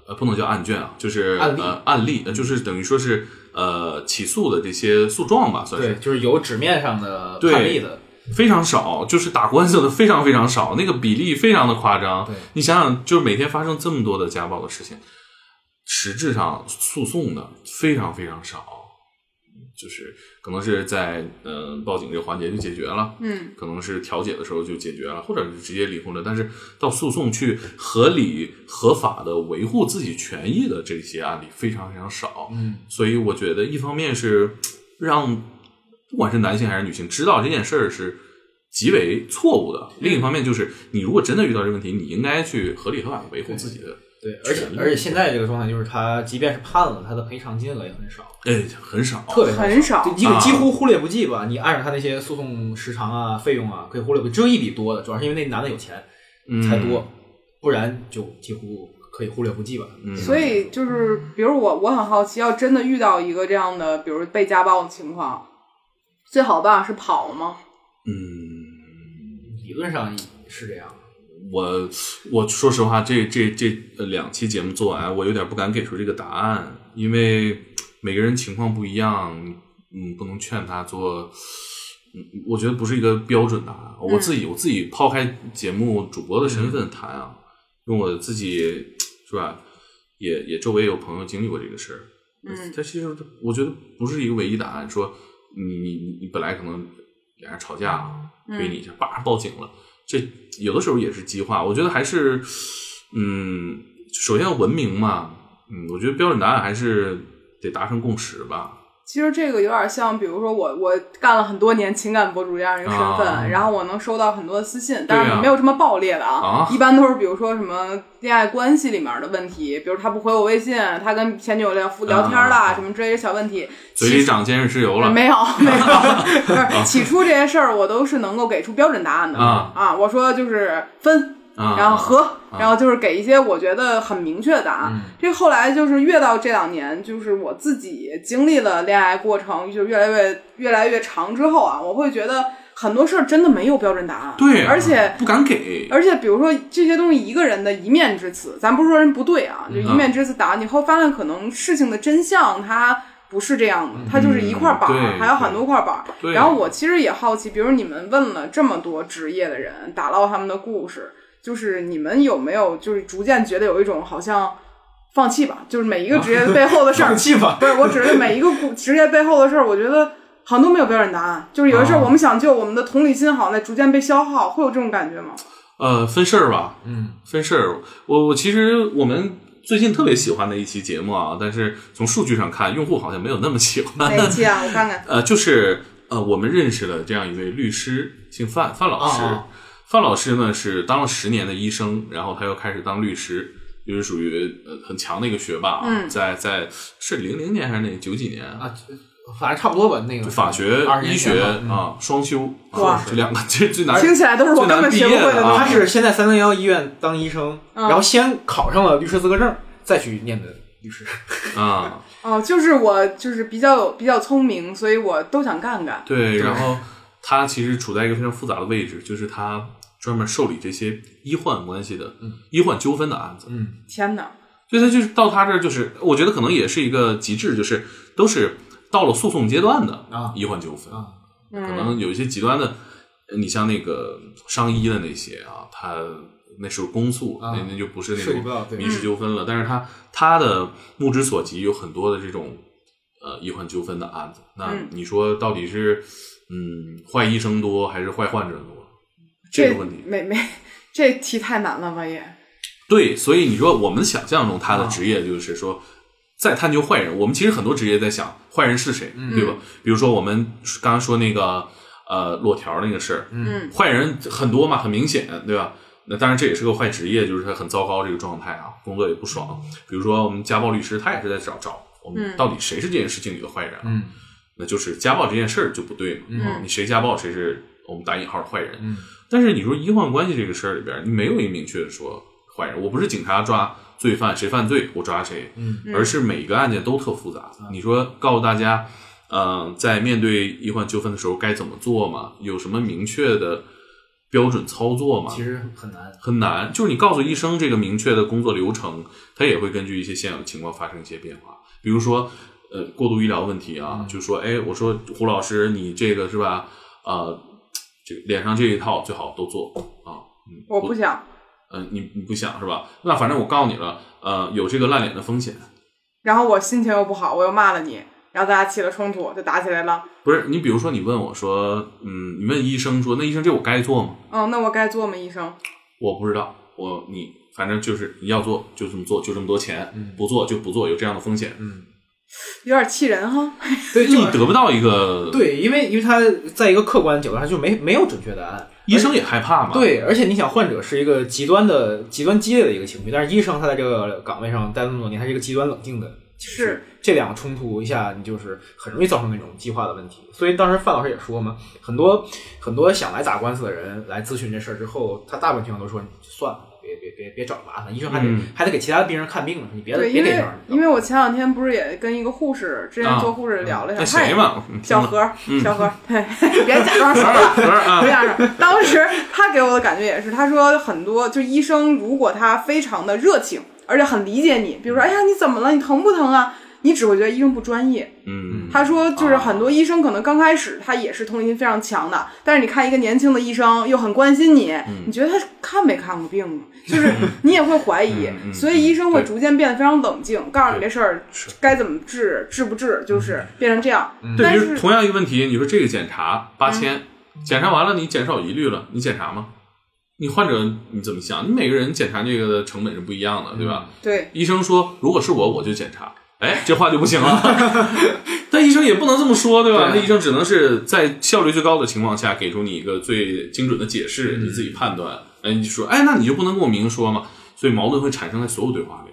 Speaker 1: 呃不能叫案卷啊，就是
Speaker 4: 案例
Speaker 1: 呃案例，呃就是等于说是呃起诉的这些诉状吧，算是
Speaker 4: 对，就是有纸面上的
Speaker 1: 对
Speaker 4: 判例的，
Speaker 1: 非常少，就是打官司的非常非常少，那个比例非常的夸张
Speaker 4: 对。
Speaker 1: 你想想，就是每天发生这么多的家暴的事情，实质上诉讼的非常非常少，就是可能是在呃报警这个环节就解决了，
Speaker 3: 嗯，
Speaker 1: 可能是调解的时候就解决啊了，或者是直接离婚了。但是到诉讼去合理合法的维护自己权益的这些案例非常非常少，
Speaker 4: 嗯，
Speaker 1: 所以我觉得一方面是让不管是男性还是女性知道这件事儿是极为错误的，另一方面就是你如果真的遇到这个问题，你应该去合理合法的维护自己的，
Speaker 4: 对，而且
Speaker 1: 权利
Speaker 4: 而且现在这个状态就是，他即便是判了，他的赔偿金额也很少，
Speaker 1: 哎，很少，
Speaker 4: 特别
Speaker 3: 嗯很
Speaker 4: 少，
Speaker 3: 少
Speaker 4: 就基
Speaker 1: 啊
Speaker 4: 本几乎忽略不计吧。你按照他那些诉讼时长啊、费用啊，可以忽略不计，只有一笔多的，主要是因为那男的有钱
Speaker 1: 嗯
Speaker 4: 才多，不然就几乎可以忽略不计吧。
Speaker 1: 嗯
Speaker 3: 所以就是，比如我，我很好奇，要真的遇到一个这样的，比如被家暴的情况，最好的办法是跑吗？
Speaker 1: 嗯，
Speaker 4: 理论上是这样，
Speaker 1: 我我说实话，这这这呃两期节目做完，我有点不敢给出这个答案，因为每个人情况不一样，嗯，不能劝他做。嗯，我觉得不是一个标准答案。我自己我自己抛开节目主播的身份谈啊，因为我自己是吧，也也周围有朋友经历过这个事儿，
Speaker 3: 嗯
Speaker 1: 它其实我觉得不是一个唯一答案，说你你你你本来可能俩人吵架
Speaker 3: 嗯
Speaker 1: 推你一下，叭报警了，这有的时候也是激化。我觉得还是，嗯，首先要文明嘛，嗯，我觉得标准答案还是得达成共识吧。
Speaker 3: 其实这个有点像，比如说我我干了很多年情感博主这样一个身份，
Speaker 1: 啊
Speaker 3: 然后我能收到很多的私信，
Speaker 1: 对啊
Speaker 3: 但是没有这么爆裂的
Speaker 1: 啊
Speaker 3: 一般都是比如说什么恋爱关系里面的问题，比如他不回我微信，他跟前女友聊聊天啦，
Speaker 1: 啊
Speaker 3: 什么之类的小问题，
Speaker 1: 嘴里长监视石油了，
Speaker 3: 没有，没有， 不是起初这些事儿我都是能够给出标准答案的
Speaker 1: 啊
Speaker 3: 我说就是分，
Speaker 1: 啊
Speaker 3: 然后和，然后就是给一些我觉得很明确的答案。
Speaker 1: 嗯
Speaker 3: 这后来就是越到这两年，就是我自己经历了恋爱过程，就是越来越越来越长之后啊，我会觉得很多事儿真的没有标准答案，
Speaker 1: 对啊、
Speaker 3: 而且
Speaker 1: 不敢给，
Speaker 3: 而且比如说这些东西，一个人的一面之词，咱不是说人不对啊，
Speaker 1: 嗯
Speaker 3: 就一面之词打完以后，发现可能事情的真相它不是这样的，它就是一块板
Speaker 1: 嗯对
Speaker 3: 儿，还有很多块板儿。
Speaker 1: 对
Speaker 3: 然后我其实也好奇，比如你们问了这么多职业的人，打捞他们的故事，就是你们有没有就是逐渐觉得有一种好像放弃吧，就是每一个职业背后的事 儿
Speaker 4: 上，气吧。
Speaker 3: 不是，我只是每一个故职业背后的事儿，我觉得好像都没有标准答案。就是有的事儿，
Speaker 1: 啊
Speaker 3: 我们想救，我们的同理心好像在逐渐被消耗，会有这种感觉吗？
Speaker 1: 呃，分事儿吧，
Speaker 4: 嗯，
Speaker 1: 分事儿。我我其实我们最近特别喜欢的一期节目啊，但是从数据上看，用户好像没有那么喜欢。
Speaker 3: 哪一期啊？我 看看。
Speaker 1: 呃，就是呃，我们认识了这样一位律师，姓范，范老师。
Speaker 4: 啊
Speaker 1: 范老师呢是当了十年的医生，然后他又开始当律师，就是属于呃很强的一个学霸啊。
Speaker 3: 嗯
Speaker 1: 在在是零零年还是哪九几年？
Speaker 4: 啊，反正差不多吧。那个
Speaker 1: 法学
Speaker 4: 二、十
Speaker 1: 医
Speaker 4: 年
Speaker 1: 学
Speaker 4: 前吧嗯
Speaker 1: 啊，双修
Speaker 3: 哇
Speaker 1: 啊， 这两个这最难。
Speaker 3: 听起来都是我根本学不会
Speaker 1: 最难毕业
Speaker 3: 的
Speaker 1: 的啊
Speaker 3: 东
Speaker 4: 他
Speaker 3: 西。
Speaker 4: 是先在三零幺医院当医生，
Speaker 3: 嗯
Speaker 4: 然后先考上了律师资格证，再去念的律师。
Speaker 1: 啊，
Speaker 3: 哦，就是我就是比较比较聪明，所以我都想干干。
Speaker 1: 对，然后他其实处在一个非常复杂的位置，就是他专门受理这些医患关系的、医患纠纷的案子。
Speaker 4: 嗯，
Speaker 3: 天哪！
Speaker 1: 所以他就是到他这儿，就是我觉得可能也是一个极致，就是都是到了诉讼阶段的
Speaker 4: 啊
Speaker 1: 医患纠纷，
Speaker 4: 啊
Speaker 3: 嗯
Speaker 1: 可能有一些极端的，呃你像那个伤医的那些啊，他那时候公诉，
Speaker 4: 啊
Speaker 1: 那那就不是那
Speaker 4: 涉及不到嗯
Speaker 1: 种
Speaker 4: 对
Speaker 1: 民事纠纷了，但是他他的目之所及有很多的这种呃医患纠纷的案子，那
Speaker 3: 嗯
Speaker 1: 你说到底是嗯坏医生多还是坏患者多？这
Speaker 3: 这
Speaker 1: 个问题，
Speaker 3: 没没这题太难了吧也？
Speaker 1: 对，所以你说我们想象中他的
Speaker 4: 啊
Speaker 1: 职业就是说，在探究坏人。我们其实很多职业在想坏人是谁，对吧？比如说我们刚刚说那个呃裸条那个事儿，
Speaker 3: 嗯
Speaker 1: 坏人很多嘛，很明显，对吧？那当然这也是个坏职业，就是他很糟糕这个状态啊，工作也不爽。比如说我们家暴律师，他也是在找找我们
Speaker 3: 嗯
Speaker 1: 到底谁是这件事情里的坏人啊？
Speaker 4: 嗯
Speaker 1: 那就是家暴这件事儿就不对嘛，
Speaker 4: 嗯
Speaker 1: 你谁家暴谁是我们打引号的坏人。
Speaker 4: 嗯
Speaker 1: 但是你说医患关系这个事儿里边儿，你没有一个明确的说坏人，我不是警察抓罪犯谁犯罪我抓谁，
Speaker 4: 嗯
Speaker 1: 而是每个案件都特复杂。你说告诉大家，呃，在面对医患纠纷的时候该怎么做嘛？有什么明确的标准操作嘛？
Speaker 4: 其实很难。
Speaker 1: 很难，就是你告诉医生这个明确的工作流程，他也会根据一些现有情况发生一些变化。比如说，呃，过度医疗问题啊，就说，哎，我说胡老师，你这个是吧？呃，这个脸上这一套最好都做啊，嗯，
Speaker 3: 我不想。
Speaker 1: 呃，你你不想是吧？那反正我告诉你了，呃，有这个烂脸的风险。
Speaker 3: 然后我心情又不好，我又骂了你，然后大家起了冲突，就打起来了。
Speaker 1: 不是你，比如说你问我说，嗯，你问医生说，那医生这我该做吗？
Speaker 3: 嗯，那我该做吗，医生？
Speaker 1: 我不知道，我你反正就是你要做就这么做，就这么多钱，不做就不做，有这样的风险。
Speaker 4: 嗯，
Speaker 3: 有点气人哈。
Speaker 4: 对，
Speaker 1: 你
Speaker 4: 就
Speaker 1: 得不到一个，
Speaker 4: 对，因为因为他在一个客观角度上就没没有准确答案。
Speaker 1: 医生也害怕嘛。，
Speaker 4: 对，而且你想，患者是一个极端的、极端激烈的一个情绪，但是医生他在这个岗位上待了那么多年，他是一个极端冷静的情绪。
Speaker 3: 是
Speaker 4: 这两个冲突一下，你就是很容易造成那种激化的问题。所以当时范老师也说嘛，很多很多想来打官司的人来咨询这事儿之后，他大部分情况都说算了，别别别别找麻烦，医生还得、
Speaker 1: 嗯
Speaker 4: 还得给其他的病人看病呢，你别
Speaker 3: 对，
Speaker 4: 别
Speaker 3: 因
Speaker 4: 给这
Speaker 3: 为
Speaker 4: 样儿。
Speaker 3: 因为我前两天不是也跟一个护士，之前
Speaker 1: 啊
Speaker 3: 做护士聊了一
Speaker 1: 那
Speaker 3: 下，他
Speaker 1: 谁
Speaker 3: 也
Speaker 1: 嘛，嗯
Speaker 3: 小何，小何，对，别假装熟了。
Speaker 1: 不是啊
Speaker 3: 这，样的，当时他给我的感觉也是，他说很多就医生，如果他非常的热情，而且很理解你，比如说，哎呀，你怎么了？你疼不疼啊？你只会觉得医生不专业。
Speaker 1: 嗯，
Speaker 3: 他说，就是很多医生可能刚开始他也是同理心非常强的，但是你看一个年轻的医生又很关心你，
Speaker 1: 嗯
Speaker 3: 你觉得他看没看过病啊？就是你也会怀疑
Speaker 1: 嗯，嗯
Speaker 3: 所以医生会逐渐变得非常冷静，告诉你
Speaker 1: 对
Speaker 3: 这事儿
Speaker 1: 是嗯
Speaker 3: 该怎么治，治不治，就是变成这样。
Speaker 1: 对，
Speaker 3: 但
Speaker 1: 比如
Speaker 3: 是嗯
Speaker 1: 同样一个问题，你说这个检查八千，检查完了你减少疑虑了，你检查吗？你患者你怎么想？你每个人检查这个的成本是不一样的，对吧？
Speaker 3: 对，
Speaker 1: 医生说，如果是我，我就检查。哎，这话就不行了。 但医生也不能这么说，对吧？
Speaker 4: 对
Speaker 1: 那医生只能是在效率最高的情况下，给出你一个最精准的解释，你自己判断。哎，你就说，哎，那你就不能跟我明说嘛？所以矛盾会产生在所有对话里。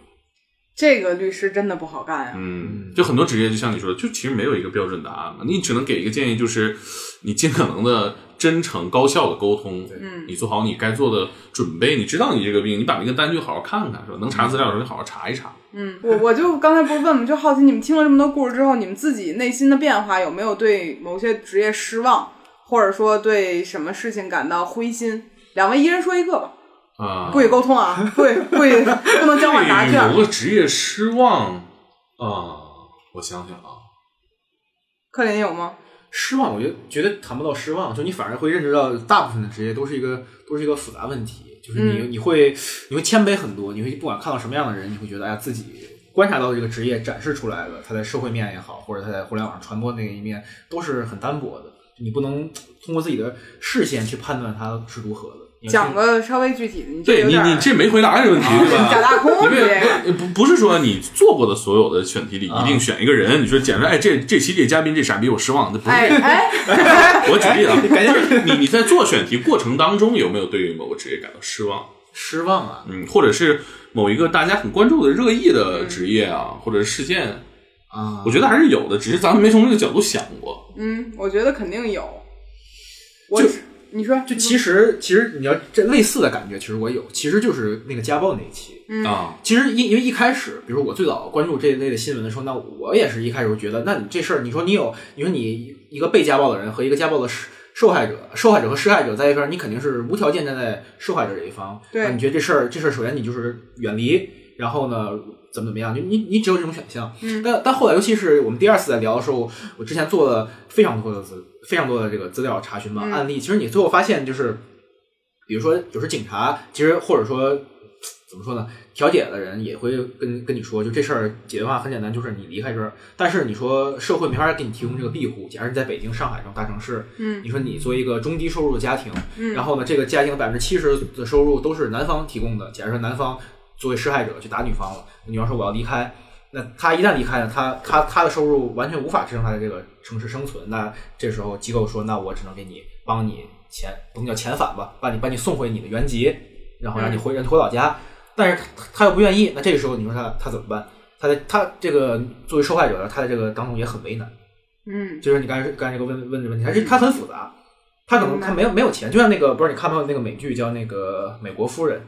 Speaker 3: 这个律师真的不好干呀。啊
Speaker 1: 嗯，就很多职业，就像你说的，就其实没有一个标准答案嘛，你只能给一个建议，就是你尽可能的真诚、高效的沟通，
Speaker 3: 嗯
Speaker 1: 你做好你该做的准备，你知道你这个病，你把那个单据好好看看，是吧？能查资料的时候就好好查一查。
Speaker 3: 嗯，我我就刚才不是问吗？就好奇你们听了这么多故事之后，你们自己内心的变化有没有对某些职业失望，或者说对什么事情感到灰心？两位一人说一个吧，
Speaker 1: 啊、
Speaker 3: 不许沟通啊，不许不 许不能交换答
Speaker 1: 对某
Speaker 3: 卷。
Speaker 1: 个职业失望啊、我想想啊，
Speaker 3: 克林有吗？
Speaker 4: 失望，我觉得觉得谈不到失望，就你反而会认识到，大部分的职业都是一个都是一个复杂问题，就是你、你会你会谦卑很多，你会不管看到什么样的人，你会觉得哎呀自己观察到这个职业展示出来的，它在社会面也好，或者它在互联网上传播那一面，都是很单薄的，你不能通过自己的视线去判断它是如何的。你要去
Speaker 3: 讲个稍微具体的，你这
Speaker 1: 对
Speaker 3: 有
Speaker 1: 你
Speaker 3: 点
Speaker 1: 你
Speaker 3: 儿啊
Speaker 1: 这没回答这个问题，对吧？
Speaker 3: 假大空
Speaker 1: 因
Speaker 3: 之类 的。
Speaker 1: 为不不是说你做过的所有的选题里
Speaker 3: 啊
Speaker 1: 一定选一个人，你说简直哎这这期这嘉宾这傻逼我失望，那不是
Speaker 3: 哎
Speaker 1: 这样
Speaker 3: 哎，
Speaker 1: 我举 例啊，就是你你在做选题过程当中有没有对于某个职业感到失望？
Speaker 4: 失望啊，
Speaker 1: 嗯，或者是某一个大家很关注的热议
Speaker 3: 嗯
Speaker 1: 的职业啊，或者是事件，
Speaker 4: 啊
Speaker 1: 我觉得还是有的，只是咱们没从这个角度想过。
Speaker 3: 嗯，我觉得肯定有。我
Speaker 4: 就
Speaker 3: 只你说
Speaker 4: 就其实其实你要这类似的感觉，其实我有，其实就是那个家暴那一期，
Speaker 3: 嗯
Speaker 1: 啊，
Speaker 4: 其实因因为一开始，比如我最早关注这一类的新闻的时候，那我也是一开始觉得，那你这事儿，你说你有，你说你一个被家暴的人和一个家暴的受受害者，受害者和施害者在一块儿，你肯定是无条件站在受害者这一方。
Speaker 3: 对
Speaker 4: 那你觉得这事儿，这事儿首先你就是远离，然后呢，怎么怎么样，就你你只有这种选项。
Speaker 3: 嗯
Speaker 4: 但但后来，尤其是我们第二次在聊的时候，我之前做了非常多的资非常多的这个资料查询嘛、
Speaker 3: 嗯
Speaker 4: 案例，其实你最后发现就是，比如说有时候警察，其实或者说怎么说呢，调解的人也会跟跟你说，就这事儿解决方案很简单，就是你离开这儿。但是你说社会没法给你提供这个庇护，假如你在北京、上海这种大城市，
Speaker 3: 嗯
Speaker 4: 你说你作为一个中低收入的家庭，
Speaker 3: 嗯
Speaker 4: 然后呢，这个家庭百分之七十的收入都是男方提供的。假如说男方作为施害者去打女方了，女方说我要离开，那他一旦离开呢，他他他的收入完全无法支撑他在这个城市生存。那这时候机构说，那我只能给你帮你遣，不能叫遣返吧，把你把你送回你的原籍，然后让你回让你回老家。但是他他又不愿意，那这个时候你说他他怎么办？他的他这个作为受害者，他在这个当中也很为难。
Speaker 3: 嗯
Speaker 4: 就是你刚才刚才这个问问的问题，还是它很复杂，他可能
Speaker 3: 明白
Speaker 4: 他没有没有钱，就像那个不是你看没有那个美剧叫那个《美国夫人》，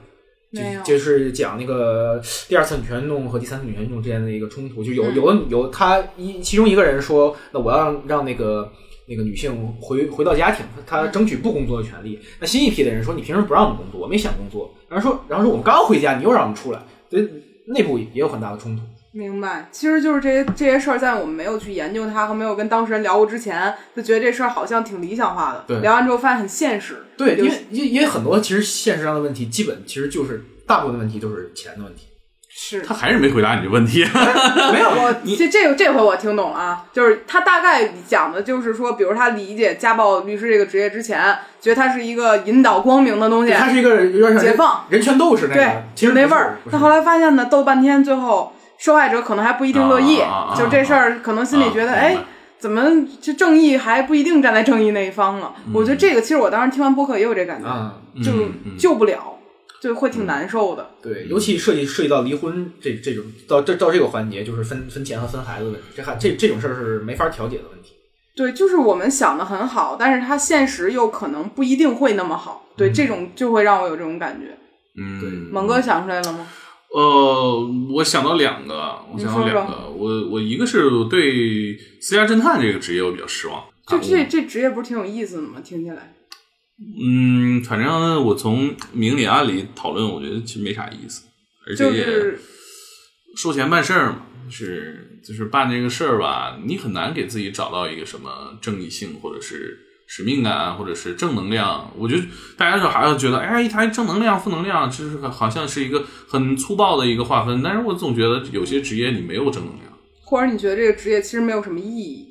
Speaker 3: 没有
Speaker 4: 就就是讲那个第二次女权运动和第三次女权运动之间的一个冲突，就有
Speaker 3: 嗯
Speaker 4: 有的有他一其中一个人说，那我要让让那个。那个女性回回到家庭，
Speaker 3: 嗯
Speaker 4: 她争取不工作的权利。那新一批的人说：“你凭什么不让我们工作？我没想工作。”然后说：“然后说我们刚回家，你又让我们出来，所以内部也有很大的冲突。
Speaker 3: 明白，其实就是这些这些事儿，在我们没有去研究它和没有跟当事人聊过之前，就觉得这事儿好像挺理想化的。
Speaker 4: 对
Speaker 3: 聊完之后发现很现实。
Speaker 4: 对，因
Speaker 3: 有
Speaker 4: 为因为因为很多其实现实上的问题，基本其实就是大部分问题都是钱的问题。
Speaker 3: 是
Speaker 1: 他还是没回答你这问题。啊
Speaker 4: 没有
Speaker 3: 我这这这回我听懂了啊，就是他大概讲的就是说，比如他理解家暴律师这个职业之前，觉得他是一个引导光明的东西，
Speaker 4: 他是一个有点像
Speaker 3: 解放
Speaker 4: 人权斗士那
Speaker 3: 对
Speaker 4: 个，，其实
Speaker 3: 那
Speaker 4: 不
Speaker 3: 味
Speaker 4: 是
Speaker 3: 儿。
Speaker 4: 不是
Speaker 3: 但后来发现呢，斗半天，最后受害者可能还不一定乐意，
Speaker 1: 啊啊啊啊
Speaker 3: 就这事儿可能心里觉得，
Speaker 1: 啊
Speaker 3: 哎
Speaker 1: 明白，
Speaker 3: 怎么这正义还不一定站在正义那一方了？我觉得这个其实我当时听完播客也有这感觉，
Speaker 4: 啊，
Speaker 3: 就
Speaker 1: 嗯嗯
Speaker 3: 救不了，就会挺难受的。
Speaker 4: 对，尤其涉及涉及到离婚这这种到这到这个环节，就是分分钱和分孩子的问题，这还这这种事儿是没法调解的问题。
Speaker 3: 对，就是我们想的很好，但是它现实又可能不一定会那么好。对，这种就会让我有这种感觉。
Speaker 1: 嗯，
Speaker 3: 猛哥想出来了吗？
Speaker 1: 呃，我想到两个，我想到两
Speaker 3: 你
Speaker 1: 个，我我一个是对私家侦探这个职业我比较失望，
Speaker 3: 就这
Speaker 1: 啊
Speaker 3: 这职业不是挺有意思的吗？听起来，
Speaker 1: 我嗯，反正我从明里暗里讨论，我觉得其实没啥意思，而且
Speaker 3: 就
Speaker 1: 也
Speaker 3: 是
Speaker 1: 收钱办事儿嘛，是就是办这个事儿吧，你很难给自己找到一个什么正义性或者是使命感啊或者是正能量。我觉得大家就还是觉得，哎，一谈正能量、负能量，这是好像是一个很粗暴的一个划分。但是我总觉得有些职业你没有正能量。
Speaker 3: 或者你觉得这个职业其实没有什么意义，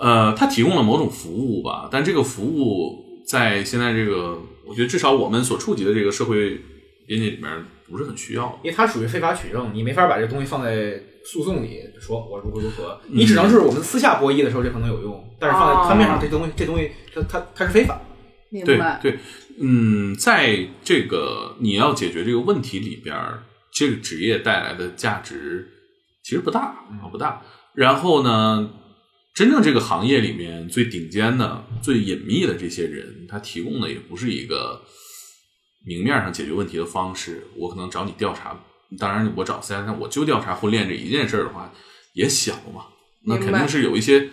Speaker 1: 呃，它提供了某种服务吧，但这个服务在现在这个，我觉得至少我们所触及的这个社会边界里面不是很需要。
Speaker 4: 因为它属于非法取证，你没法把这东西放在诉讼里说，我如何如何，你只能是我们私下博弈的时候这可能有用，但是放
Speaker 3: 哦
Speaker 4: 在摊面上这东西，这东西它它它是非法。
Speaker 3: 明
Speaker 1: 对
Speaker 3: 白？
Speaker 1: 对，嗯，在这个你要解决这个问题里边儿，这个职业带来的价值其实不大啊，不大。然后呢，真正这个行业里面最顶尖的、最隐秘的这些人，他提供的也不是一个明面上解决问题的方式。我可能找你调查，当然我找三三，我就调查婚恋这一件事儿的话，也小嘛，那
Speaker 3: 明
Speaker 1: 肯
Speaker 3: 白
Speaker 1: 定是有一些。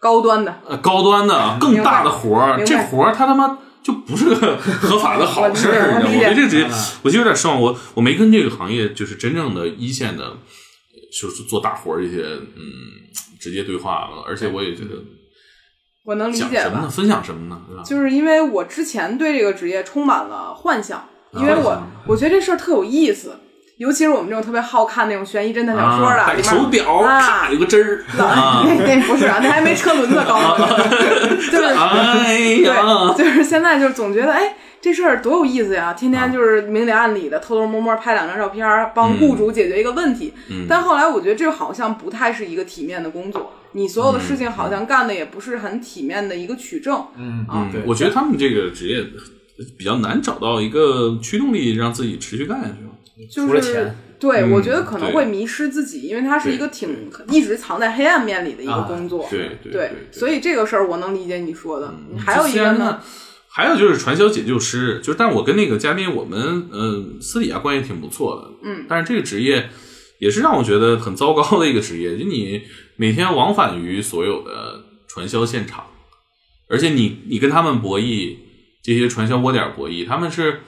Speaker 3: 高端的，
Speaker 1: 呃高端的更大的活儿，
Speaker 3: 明白
Speaker 1: 这活儿他他妈就不是个合法的好事儿，
Speaker 3: 我
Speaker 1: 你知道吗
Speaker 3: 理
Speaker 1: 我对
Speaker 3: 解
Speaker 1: 这个职业
Speaker 4: 嗯，
Speaker 1: 我就有点失望。我我没跟这个行业就是真正的一线的，呃就是做大活儿这些，嗯，直接对话了。而且我也觉得
Speaker 3: 我能理
Speaker 1: 讲
Speaker 3: 解
Speaker 1: 什么
Speaker 3: 吧
Speaker 1: 呢？？分享什么呢？对吧？
Speaker 3: 就是因为我之前对这个职业充满了幻想，因为我
Speaker 1: 啊
Speaker 3: 我觉得这事儿特有意思，尤其是我们这种特别好看那种悬疑侦探小说
Speaker 1: 啊
Speaker 3: 的，
Speaker 1: 戴
Speaker 3: 里
Speaker 1: 个
Speaker 3: 面
Speaker 1: 手表，
Speaker 3: 啊，
Speaker 1: 啪有个针儿啊
Speaker 3: 那不是啊，那还没车轮子高呢， 就是
Speaker 1: 哎呀
Speaker 3: 对，，就是现在就是总觉得哎。这事儿多有意思呀！天天就是明里暗里的偷偷摸摸拍两张照片儿，帮雇主解决一个问题。
Speaker 1: 嗯
Speaker 3: 但后来我觉得这好像不太是一个体面的工作，你所有的事情好像干的也不是很体面的一个取证。
Speaker 4: 嗯
Speaker 3: 嗯
Speaker 4: 对，
Speaker 1: 我觉得他们这个职业比较难找到一个驱动力，让自己持续干下去吧。
Speaker 3: 就是
Speaker 4: 除了钱
Speaker 3: 对、
Speaker 1: 嗯
Speaker 3: 我觉得可能
Speaker 1: 对
Speaker 3: 会迷失自己，因为它是一个挺一直藏在黑暗面里的一个工作。
Speaker 1: 对啊对
Speaker 3: 对所以这个事儿我能理解你说的。还有
Speaker 1: 就
Speaker 3: 一
Speaker 1: 虽
Speaker 3: 个
Speaker 1: 然
Speaker 3: 呢，
Speaker 1: 嗯呢，还有就是传销解救师，就是但我跟那个嘉宾我们嗯、私底下关系挺不错的，
Speaker 3: 嗯，
Speaker 1: 但是这个职业也是让我觉得很糟糕的一个职业，就你每天往返于所有的传销现场，而且你你跟他们博弈，这些传销窝点博弈，他们是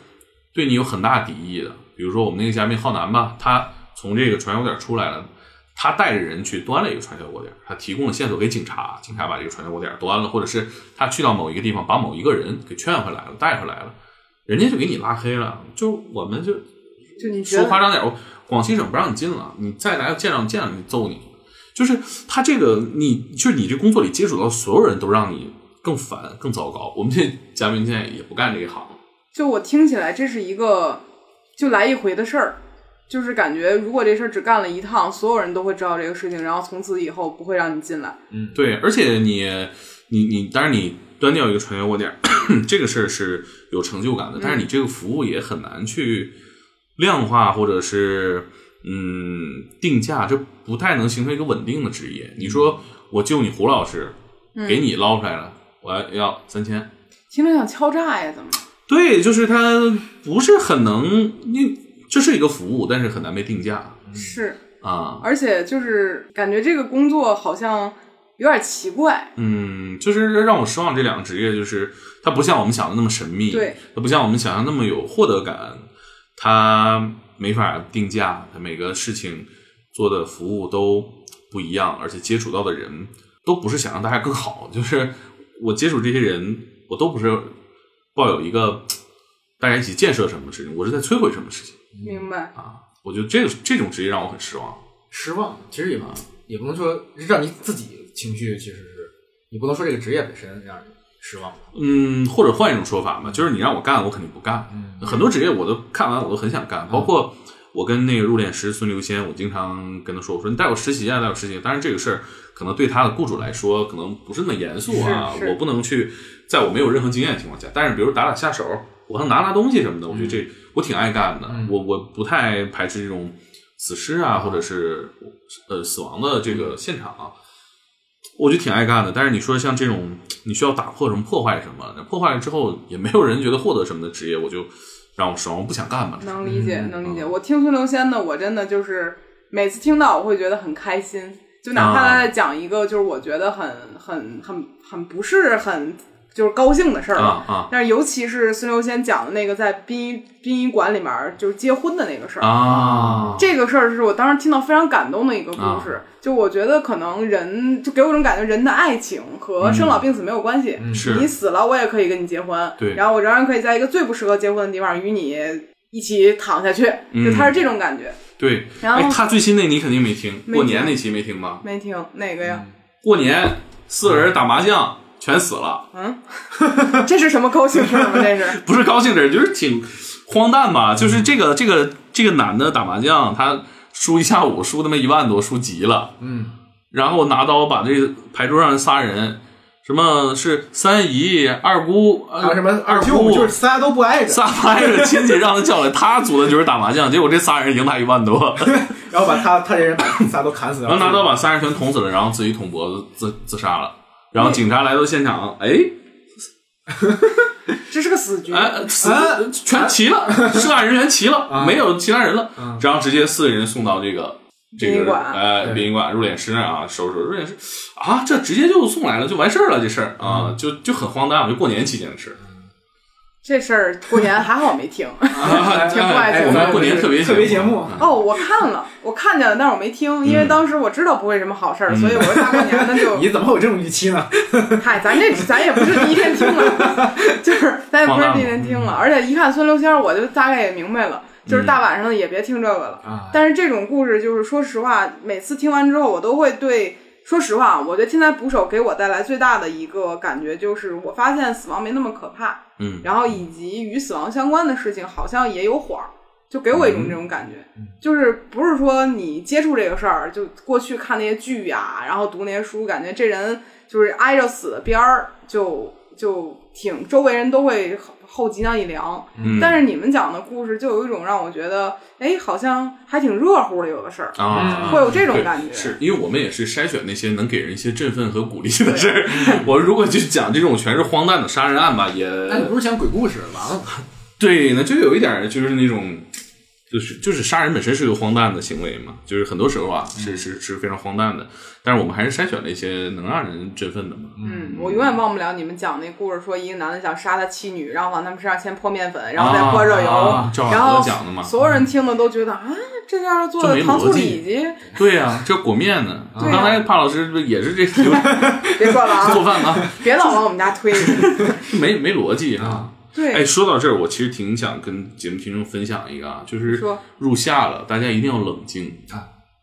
Speaker 1: 对你有很大敌意的。比如说我们那个嘉宾浩南吧，他从这个传销窝点出来了，他带着人去端了一个传销窝点，他提供了线索给警察，警察把这个传销窝点端了，或者是他去到某一个地方把某一个人给劝回来了，带回来了，人家就给你拉黑了。就我们就
Speaker 3: 就你觉
Speaker 1: 说夸
Speaker 3: 得
Speaker 1: 张点儿，广西省不让你进了，你再来见上见上你揍你。就是他这个，你就是你这工作里接触到所有人都让你更烦、更糟糕。我们这嘉宾现在也不干这一行了，
Speaker 3: 就我听起来这是一个就来一回的事儿，就是感觉如果这事儿只干了一趟，所有人都会知道这个事情，然后从此以后不会让你进来。
Speaker 1: 对，而且你你你，当然你端掉一个船员窝点儿， 这个事儿是有成就感的，但是你这个服务也很难去量化或者是嗯定价，这不太能形成一个稳定的职业。你说我救你胡老师，给你捞出来了，我要要三千，
Speaker 3: 听着像敲诈呀，怎么？
Speaker 1: 对，就是它不是很能，你这是一个服务，但是很难被定价
Speaker 3: 是，
Speaker 1: 啊。
Speaker 3: 而且就是感觉这个工作好像有点奇怪。
Speaker 1: 嗯，就是让我失望这两个职业，就是它不像我们想的那么神秘，
Speaker 3: 对，
Speaker 1: 它不像我们想象那么有获得感，它没法定价，它每个事情做的服务都不一样，而且接触到的人都不是想让大家更好，就是我接触这些人，我都不是抱有一个大家一起建设什么事情，我是在摧毁什么事情
Speaker 3: 明白，
Speaker 1: 啊。我觉得这个这种职业让我很失望。
Speaker 4: 失望，其实也也不能说让你自己情绪，其实是你不能说这个职业本身让你失望。
Speaker 1: 嗯，或者换一种说法吧，就是你让我干，我肯定不干。
Speaker 4: 嗯
Speaker 1: 很多职业我都看完，我都很想干，包括我跟那个入殓师孙刘仙，我经常跟他说，我说你带我实习啊，带我实习。当然这个事儿可能对他的雇主来说，可能不是那么严肃啊，
Speaker 3: 是是
Speaker 1: 我不能去在我没有任何经验的情况下，但是比如打打下手，我能拿拿东西什么的，我觉得这我挺爱干的，
Speaker 4: 嗯
Speaker 1: 我我不太排斥这种死尸啊，或者是呃死亡的这个现场、啊。我就挺爱干的，但是你说像这种你需要打破什么破坏什么，那破坏了之后也没有人觉得获得什么的职业，我就让我失望，我不想干吧。
Speaker 3: 能理解，
Speaker 4: 嗯
Speaker 3: 能理解。我听孙刘仙的，我真的就是每次听到我会觉得很开心，就哪怕
Speaker 1: 啊
Speaker 3: 他在讲一个就是我觉得很很很很不是很就是高兴的事儿吧，
Speaker 1: 啊啊
Speaker 3: 但是尤其是孙刘仙讲的那个在殡仪殡仪馆里面儿就是结婚的那个事儿，
Speaker 1: 啊！
Speaker 3: 这个事儿是我当时听到非常感动的一个故事。就我觉得可能人就给我一种感觉，人的爱情和生老病死没有关系。你
Speaker 1: 嗯是
Speaker 3: 死了，我也可以跟你结婚，
Speaker 1: 对
Speaker 3: 然后我仍然可以在一个最不适合结婚的地方与你一起躺下去，就他是这种感觉。
Speaker 1: 对。嗯
Speaker 3: 然
Speaker 1: 哎，
Speaker 3: 后
Speaker 1: 他最新那你肯定没听，
Speaker 3: 没
Speaker 1: 过年
Speaker 3: 听
Speaker 1: 那期没听吧？
Speaker 3: 没听哪个呀？
Speaker 1: 过年四个人打麻将全死了，嗯
Speaker 3: 这是什么高兴事儿吗？这是
Speaker 1: 不是高兴的人，就是挺荒诞吧？就是这个这个这个男的打麻将，他输一下午，输他妈一万多，输急了，
Speaker 4: 嗯，
Speaker 1: 然后拿刀把这牌桌上仨人，什么是三姨、二姑，
Speaker 4: 还有
Speaker 1: 呃、
Speaker 4: 啊什么
Speaker 1: 二
Speaker 4: 舅，
Speaker 1: 姑，
Speaker 4: 就是仨都不挨着，
Speaker 1: 仨拍着亲戚让他叫来，他组的局打麻将，结果这仨人赢他一万 多，
Speaker 4: 然后把他他这人把仨都砍死，
Speaker 1: 然后拿刀把仨人全捅死了，然后自己捅脖子自自杀了。然后警察来到现场，哎
Speaker 3: 这是个死局。
Speaker 1: 哎，啊嗯死全齐了，涉案人员齐了，没有其他人了，然后直接四个人送到这个这
Speaker 3: 殡仪
Speaker 1: 个
Speaker 3: 馆
Speaker 1: 哎
Speaker 4: 对
Speaker 1: 殡仪馆入殓师那儿啊，收拾收拾入殓师啊，这直接就送来了，就完事儿了，这事儿啊，就就很荒诞，就过年期间的事儿。
Speaker 3: 这事儿过年还好 没听。
Speaker 1: 啊
Speaker 4: 挺
Speaker 3: 不爱
Speaker 1: 哎
Speaker 3: 听
Speaker 1: 我们过年特别
Speaker 4: 特别节目
Speaker 1: 啊
Speaker 3: 哦，我看了，我看见了，但是我没听，因为当时我知道不会什么好事儿，所以我说大过年的 就
Speaker 4: 你怎么会有这种预期呢？
Speaker 3: 嗨，咱这咱也不是第一天听了，就是咱也不是第一天听了，而且一看孙刘仙儿，我就大概也明白了，就是大晚上的也别听这个了。
Speaker 4: 啊，
Speaker 3: 但是这种故事，就是说实话，每次听完之后，我都会对，说实话，我觉得天才捕手给我带来最大的一个感觉就是，我发现死亡没那么可怕，
Speaker 1: 嗯，
Speaker 3: 然后以及与死亡相关的事情好像也有谎儿，就给我
Speaker 1: 嗯
Speaker 3: 一种这种感觉，就是不是说你接触这个事儿，就过去看那些剧呀、然后读那些书，感觉这人就是挨着死的边儿，就就挺周围人都会后后脊梁一凉。
Speaker 1: 嗯
Speaker 3: 但是你们讲的故事就有一种让我觉得，哎，好像还挺热乎的，有的事儿、
Speaker 1: 啊
Speaker 3: 会有这种
Speaker 1: 对
Speaker 3: 感觉。
Speaker 1: 是因为我们也是筛选那些能给人一些振奋和鼓励的事儿。 我如果就讲这种全是荒诞的杀人案吧，也
Speaker 4: 那你不是讲鬼故事完了？
Speaker 1: 对呢，就有一点儿就是那种，就是就是杀人本身是个荒诞的行为嘛，就是很多时候啊
Speaker 3: 嗯
Speaker 1: 是是是非常荒诞的，但是我们还是筛选了一些能让人振奋的嘛。
Speaker 3: 嗯，我永远忘不了你们讲那故事，说一个男的想杀他妻女，然后往他们身上先泼面粉，然后再泼热油，
Speaker 1: 啊赵
Speaker 3: 然
Speaker 1: 老
Speaker 3: 后
Speaker 1: 师讲的嘛，
Speaker 3: 所有人听了都觉得啊，这要是做
Speaker 1: 这
Speaker 3: 的
Speaker 1: 没
Speaker 3: 糖醋
Speaker 1: 逻辑
Speaker 3: 里脊，
Speaker 1: 对呀、这裹面呢。
Speaker 3: 对啊呀
Speaker 1: 刚才帕老师不也是这
Speaker 3: 别说 了
Speaker 1: 做
Speaker 3: 啊，
Speaker 1: 饭哎吗？
Speaker 3: 别老往我们家 推。
Speaker 1: 没没逻辑啊。哎，
Speaker 3: 对，
Speaker 1: 说到这儿，我其实挺想跟节目听众分享一个啊，就是
Speaker 3: 说
Speaker 1: 入夏了，大家一定要冷静。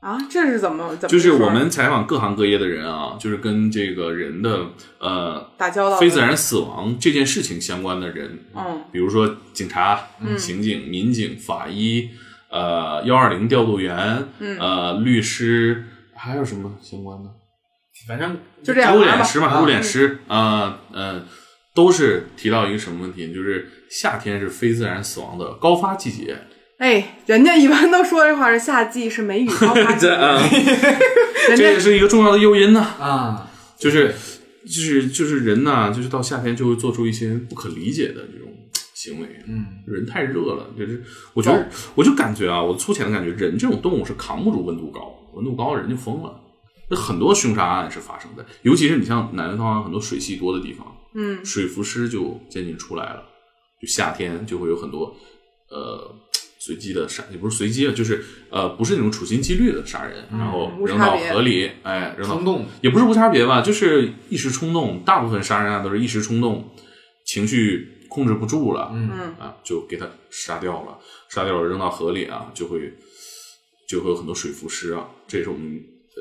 Speaker 3: 啊，这是怎么怎么？
Speaker 1: 就是我们采访各行各业的人啊，就是跟这个人的呃
Speaker 3: 打交道的
Speaker 1: 非自，然死亡这件事情相关的人，
Speaker 3: 嗯
Speaker 1: 比如说警察、刑警、民警、法医，呃，幺二零调度员，
Speaker 3: 嗯
Speaker 1: 呃，律师，还有什么相关的？
Speaker 4: 反正
Speaker 3: 就这样
Speaker 1: 入
Speaker 3: 来
Speaker 1: 殓
Speaker 3: 吧
Speaker 1: 师嘛，
Speaker 4: 啊
Speaker 1: 入殓师啊，呃，都是提到一个什么问题？就是夏天是非自然死亡的高发季 节。
Speaker 3: 哎，人家一般都说这话是夏季是梅雨 高发季，
Speaker 1: 这啊，
Speaker 3: 嗯人
Speaker 1: 这也
Speaker 3: 家
Speaker 1: 是一个重要的诱因呢、
Speaker 4: 啊，
Speaker 1: 就是就是就是人呐、就是到夏天就会做出一些不可理解的这种行为。
Speaker 4: 嗯，
Speaker 1: 人太热了，就是我觉得，我就感觉啊，我粗浅的感觉，人这种动物是扛不住温度高，温度高人就疯了。那很多凶杀案是发生在，尤其是你像南方很多水系多的地方，
Speaker 3: 嗯
Speaker 1: 水浮尸就渐渐出来了。就夏天就会有很多呃随机的杀，也不是随机啊，就是呃不是那种处心积虑的杀人，然后
Speaker 3: 嗯无
Speaker 1: 扔
Speaker 3: 差
Speaker 1: 到
Speaker 3: 别
Speaker 1: 河里，哎，扔到
Speaker 4: 冲动
Speaker 1: 也不是无差别吧，就是一时冲动，大部分杀人案都是一时冲动，情绪控制不住了，
Speaker 3: 嗯，
Speaker 1: 啊，就给他杀掉了，杀掉了扔到河里啊，就会就会有很多水浮尸啊，这也是我们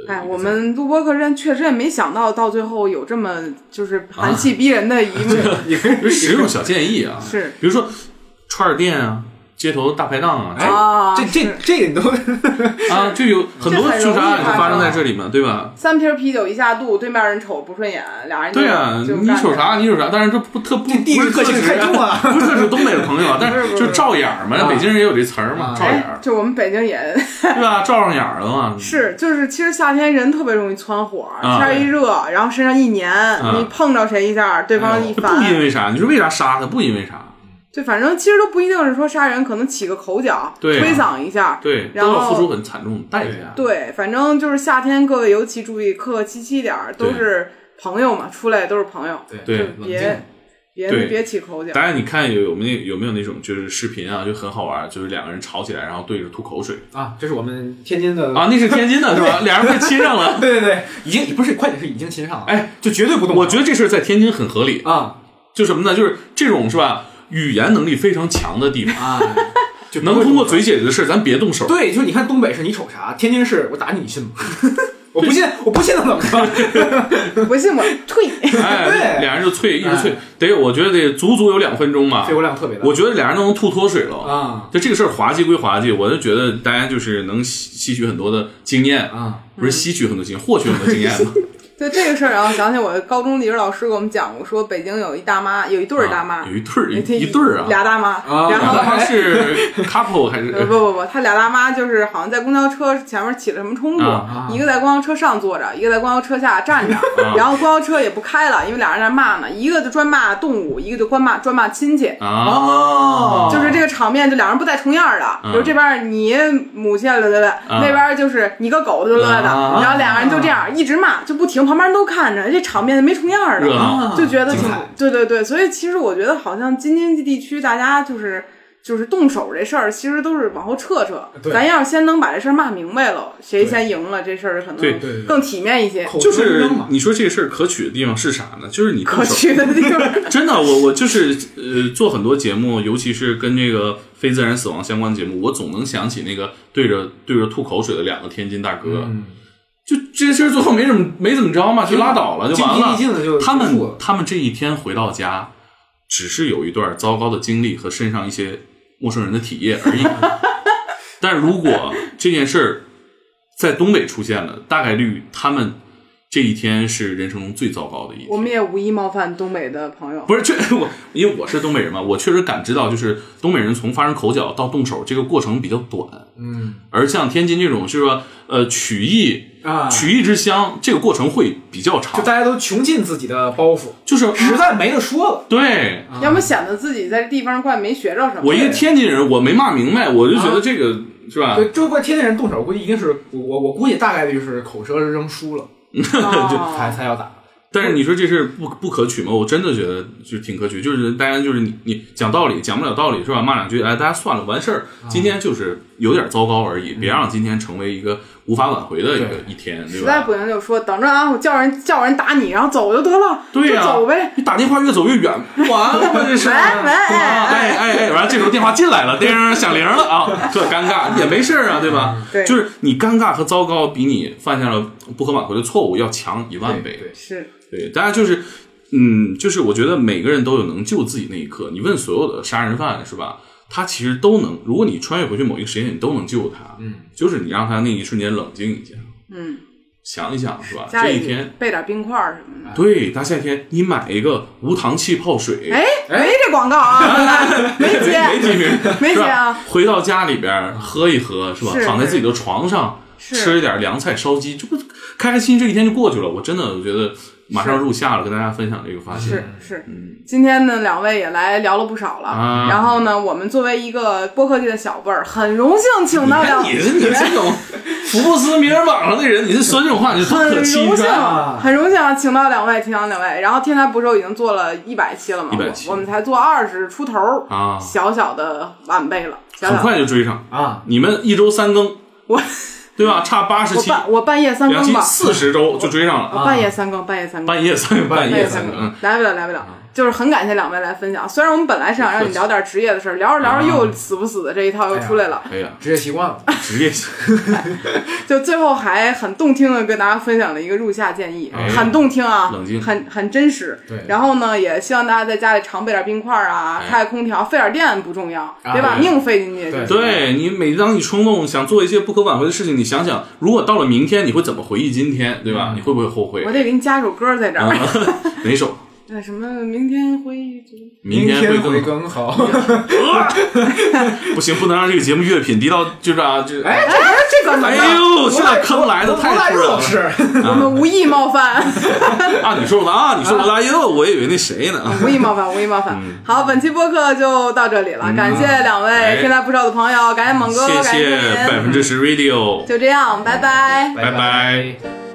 Speaker 1: 呃
Speaker 3: 哎，我们录播课之前确实也没想到到最后有这么就是
Speaker 1: 啊
Speaker 3: 寒气逼人的 一幕，
Speaker 4: 也可以
Speaker 1: 实用小建议啊，
Speaker 3: 是
Speaker 1: 比如说串儿店啊。街头大排档啊，
Speaker 4: 哎
Speaker 3: 啊，
Speaker 4: 这
Speaker 3: 是
Speaker 4: 这这个你都
Speaker 1: 啊，就有很多
Speaker 3: 这很容易
Speaker 1: 凶杀案就
Speaker 3: 发
Speaker 1: 发生
Speaker 3: 生啊
Speaker 1: 在这里嘛，对吧？
Speaker 3: 三瓶啤酒一下肚，对面人瞅不顺眼，俩人就
Speaker 1: 对啊，
Speaker 3: 嗯就
Speaker 1: 你
Speaker 3: 干
Speaker 1: 瞅
Speaker 3: 起来
Speaker 1: 啥？你瞅啥？但是这不特不
Speaker 4: 这地域
Speaker 1: 不是
Speaker 4: 特性
Speaker 1: 指
Speaker 4: 太重啊了
Speaker 1: 不是特指东北的朋友啊，但
Speaker 3: 不是
Speaker 1: 是
Speaker 3: 不是
Speaker 1: 就照眼儿嘛，
Speaker 4: 啊
Speaker 1: 北京人也有这词儿嘛
Speaker 4: 啊，
Speaker 1: 照眼
Speaker 3: 哎
Speaker 1: 儿，，嗯
Speaker 3: 就我们北京也
Speaker 1: 对吧？照上眼儿了嘛，
Speaker 3: 是，就是其实夏天人特别容易蹿火，
Speaker 1: 啊
Speaker 3: 天儿一热，然后身上一粘，你碰着谁一下，对方一
Speaker 1: 啊不
Speaker 3: 烦。
Speaker 1: 因为啥？你说为啥杀他？不因为啥？
Speaker 3: 就反正其实都不一定是说杀人，可能起个口角，
Speaker 1: 对啊
Speaker 3: 推搡一下，
Speaker 1: 对，
Speaker 3: 然
Speaker 1: 都要付
Speaker 3: 后
Speaker 1: 出很惨重的代价。
Speaker 3: 对，反正就是夏天，各位尤其注意，客客气气点儿，都
Speaker 1: 对
Speaker 3: 是朋友嘛，出来都是朋友，
Speaker 4: 对
Speaker 1: 对
Speaker 4: 冷静
Speaker 3: 别别
Speaker 1: 对
Speaker 3: 别起口角。
Speaker 1: 当然，你看有有没有有没有那种就是视频啊，就很好玩，就是两个人吵起来，然后对着吐口水
Speaker 4: 啊，这是我们天津的
Speaker 1: 啊，那是天津的是 吧？俩人被亲上了，
Speaker 4: 对对对，已经不是快点是已经亲上了，
Speaker 1: 哎，
Speaker 4: 就绝对不动手。
Speaker 1: 我觉得这事儿在天津很合理，
Speaker 4: 啊
Speaker 1: 就什么呢？就是这种是吧？语言能力非常强的地方，
Speaker 4: 啊，就
Speaker 1: 能
Speaker 4: 不会
Speaker 1: 通过
Speaker 4: 动手
Speaker 1: 嘴解决的事儿，咱别动手。
Speaker 4: 对，就是你看东北是你瞅啥，天津市我打你，你信吗？ 我不信，我不信能怎么 着？
Speaker 3: 不信我退。
Speaker 1: 哎，
Speaker 4: 对
Speaker 1: 俩人就啐，一直啐
Speaker 4: 哎，
Speaker 1: 得我觉得得足足有两分钟吧
Speaker 4: 肺。活量特别大。
Speaker 1: 我觉得俩人都能吐脱水了。
Speaker 4: 啊
Speaker 1: 就这个事儿滑稽归滑稽，我就觉得大家就是能吸吸取很多的经验，
Speaker 4: 啊，
Speaker 1: 不是吸取很多经验，获取很多经验 嘛。
Speaker 3: 对这个事儿，然后想起我高中历史老师给我们讲过，说北京有一大妈，有一对儿大妈，
Speaker 1: 啊有一对儿
Speaker 3: 有
Speaker 1: 一一对儿啊，
Speaker 3: 俩大妈，
Speaker 4: 啊
Speaker 3: 然
Speaker 1: 然
Speaker 3: 后
Speaker 1: 后。他 是 couple 还是
Speaker 3: 呃不不不，他俩大妈就是好像在公交车前面起了什么冲突，
Speaker 1: 啊啊
Speaker 4: 啊
Speaker 3: 一个在公交车上坐着，一个在公交车下站着，然后公交车也不开了，因为俩人在骂呢，一个就专骂动物，一个就专骂专骂亲戚，
Speaker 1: 啊？
Speaker 4: 哦
Speaker 3: 就是这个场面，就两人不带重样儿的，
Speaker 1: 嗯
Speaker 3: 比如这边儿你母亲啊了了，
Speaker 1: 嗯
Speaker 3: 那边儿就是你个狗的了的，
Speaker 1: 啊
Speaker 3: 然后两个人就这样一直骂就不停，旁边人都看着，这场面没重样儿的，
Speaker 1: 热闹
Speaker 4: 啊
Speaker 3: 就觉得挺
Speaker 4: 精彩
Speaker 3: 对对对，所以其实我觉得好像京津冀地区大家就是。就是动手这事儿，其实都是往后撤撤。
Speaker 4: 对
Speaker 3: 咱要是先能把这事儿骂明白了，谁
Speaker 4: 对
Speaker 3: 先赢了，这事儿可
Speaker 1: 对
Speaker 3: 能
Speaker 4: 对对对
Speaker 3: 更体面一些。
Speaker 4: 口
Speaker 1: 就
Speaker 4: 舌
Speaker 1: 是
Speaker 4: 之争嘛
Speaker 1: 你说这个事儿可取的地方是啥呢？就是你动
Speaker 3: 可
Speaker 1: 手嗯
Speaker 3: 取的地方，
Speaker 1: 真的，我我就是呃，做很多节目，尤其是跟这个非自然死亡相关的节目，我总能想起那个对着对着吐口水的两个天津大哥，
Speaker 4: 嗯
Speaker 1: 就这事儿最后没怎么没怎么着嘛，就拉倒了，就完了。
Speaker 4: 精疲力尽了就
Speaker 1: 他
Speaker 4: 结束
Speaker 1: 们
Speaker 4: 了
Speaker 1: 他们这一天回到家，只是有一段糟糕的经历和身上一些陌生人的体液 而已。但如果这件事儿在东北出现了，大概率他们这一天是人生中最糟糕的一天。
Speaker 3: 我们也无意冒犯东北的朋友。
Speaker 1: 不是，确我因为我是东北人嘛，我确实感知到，就是东北人从发生口角到动手这个过程比较短，
Speaker 4: 嗯
Speaker 1: 而像天津这种，就是说呃曲艺
Speaker 4: 啊，就
Speaker 1: 曲艺之乡，这个过程会比较长，
Speaker 4: 大家都穷尽自己的包袱，
Speaker 1: 就是
Speaker 4: 实在没得说了。
Speaker 1: 对
Speaker 3: 要么显得自己在这地方怪没学着什么。啊
Speaker 1: 我一个天津人，我没骂明白，我就觉得
Speaker 4: 啊
Speaker 1: 这个是吧？
Speaker 4: 对，就怪天津人动手，估计一定是我我我估计大概率是口舌之争输了，才
Speaker 3: 哦
Speaker 4: 才要打。
Speaker 1: 但是你说这事儿不不可取吗？我真的觉得就挺可取，就是大家就是你你讲道理讲不了道理是吧？骂两句，哎，大家算了，完事儿。
Speaker 4: 啊
Speaker 1: 今天就是有点糟糕而已，
Speaker 4: 嗯
Speaker 1: 别让今天成为一个无法挽回的一个一天，对
Speaker 3: 实在
Speaker 1: 吧？
Speaker 3: 不行就说等着啊，我叫人叫人打你，然后走就得了，
Speaker 1: 对呀、
Speaker 3: 就走呗。
Speaker 1: 你打电话越走越远，完了吧这是。
Speaker 3: 喂喂，哎
Speaker 1: 哎哎哎！完了，这时候电话进来 了，叮儿响铃了啊，特尴尬，也没事儿啊，对吧？
Speaker 3: 对
Speaker 1: 就是你尴尬和糟糕比你犯下了不可挽回的错误要强一万倍。
Speaker 4: 对，
Speaker 3: 是
Speaker 1: 对，大家就是，嗯，就是我觉得每个人都有能救自己那一刻。你问所有的杀人犯是吧？他其实都能，如果你穿越回去某一个时间，你都能救他。
Speaker 4: 嗯，
Speaker 1: 就是你让他那一瞬间冷静一下，
Speaker 3: 嗯，
Speaker 1: 想一想是吧？
Speaker 3: 家
Speaker 1: 这
Speaker 3: 里
Speaker 1: 一天，
Speaker 3: 备点冰块什么的。
Speaker 1: 对，大夏天你买一个无糖气泡水，
Speaker 3: 哎哎，这广告啊，没
Speaker 1: 没
Speaker 3: 接
Speaker 1: 提名，
Speaker 3: 没
Speaker 1: 是
Speaker 3: 接
Speaker 1: 吧？
Speaker 3: 啊，
Speaker 1: 回到家里边儿喝一喝是吧？
Speaker 3: 是
Speaker 1: 躺在自己的床上
Speaker 3: 是
Speaker 1: 吃一点凉菜烧鸡，这不开开心心这一天就过去了。我真的我觉得马上入夏了，跟大家分享这个发现。
Speaker 3: 是是。今天呢，两位也来聊了不少了。
Speaker 1: 嗯啊
Speaker 3: 然后呢，我们作为一个播客界的小辈儿，很荣幸请
Speaker 1: 你
Speaker 3: 到
Speaker 1: 看
Speaker 3: 两，
Speaker 1: 你这你这 种福布斯名人榜上的人，你这说这种话，你多
Speaker 3: 很
Speaker 1: 可
Speaker 3: 荣
Speaker 1: 气
Speaker 3: 幸
Speaker 1: 是吧？
Speaker 4: 吧
Speaker 3: 很荣幸啊，请到两位，请到两位。然后天台不是已经做了一百期了吗？
Speaker 1: 100期
Speaker 3: 我我们才做二十出头儿
Speaker 1: 啊
Speaker 3: 小小的晚辈了，小
Speaker 1: 很
Speaker 3: 小
Speaker 1: 快就追上。
Speaker 4: 啊，
Speaker 1: 你们一周三更，
Speaker 3: 我
Speaker 1: 对吧？差八十
Speaker 3: 我
Speaker 1: 期，
Speaker 3: 半我半夜三
Speaker 1: 两
Speaker 3: 更
Speaker 1: 期
Speaker 3: 吧，啊
Speaker 1: 四十周就追上了。
Speaker 3: 我半夜三更，半夜三 更，
Speaker 1: 半夜三更，半
Speaker 4: 半
Speaker 1: 夜
Speaker 4: 夜
Speaker 1: 三
Speaker 4: 三
Speaker 1: 更，
Speaker 4: 更
Speaker 1: 嗯
Speaker 3: 来不了，来不了。就是很感谢两位来分享，虽然我们本来是想让你聊点职业的事儿，聊着聊着又死不死的这一套又出来了，
Speaker 1: 啊哎呀，
Speaker 4: 职业习惯了。
Speaker 1: 职业
Speaker 3: 就最后还很动听的跟大家分享了一个入夏建议，
Speaker 1: 哎
Speaker 3: 很动听啊，
Speaker 1: 冷静
Speaker 3: 很很真实。
Speaker 4: 对
Speaker 3: 然后呢，也希望大家在家里常备点冰块啊，
Speaker 1: 哎啊
Speaker 3: 开个空调，费点电不重要，别把
Speaker 1: 对
Speaker 3: 命费进去就行。
Speaker 1: 对你每当你冲动想做一些不可挽回的事情，你想想，如果到了明天，你会怎么回忆今天，对吧？你会不会后悔
Speaker 3: 嗯
Speaker 1: 啊
Speaker 3: 我？得给你加首歌在 这儿，
Speaker 1: 嗯哪首？
Speaker 3: 那什么明天回忆昨天
Speaker 1: 明天会
Speaker 4: 会
Speaker 1: 更
Speaker 4: 更好。
Speaker 1: 不行，不能让这个节目乐品低到就是啊，就
Speaker 4: 哎，这不是这
Speaker 3: 怎么
Speaker 1: 哎
Speaker 3: 着？
Speaker 1: 呦，这坑来的
Speaker 4: 我
Speaker 1: 太突然了
Speaker 4: 老 师，
Speaker 3: 我们无意冒 犯，
Speaker 1: 啊！你说我的啊，你说我的，哎呦，我以为那谁呢啊。
Speaker 3: 无意冒犯，无意冒犯。好，本期播客就到这里了，
Speaker 1: 嗯
Speaker 3: 感谢两位
Speaker 1: 哎嗯
Speaker 3: 听来不少的朋友，感谢猛哥，
Speaker 1: 谢
Speaker 3: 感
Speaker 1: 谢
Speaker 3: 谢
Speaker 1: 百
Speaker 3: 您，
Speaker 1: 分之十 Radio，
Speaker 3: 就这样，拜拜。
Speaker 1: 拜拜
Speaker 4: 拜。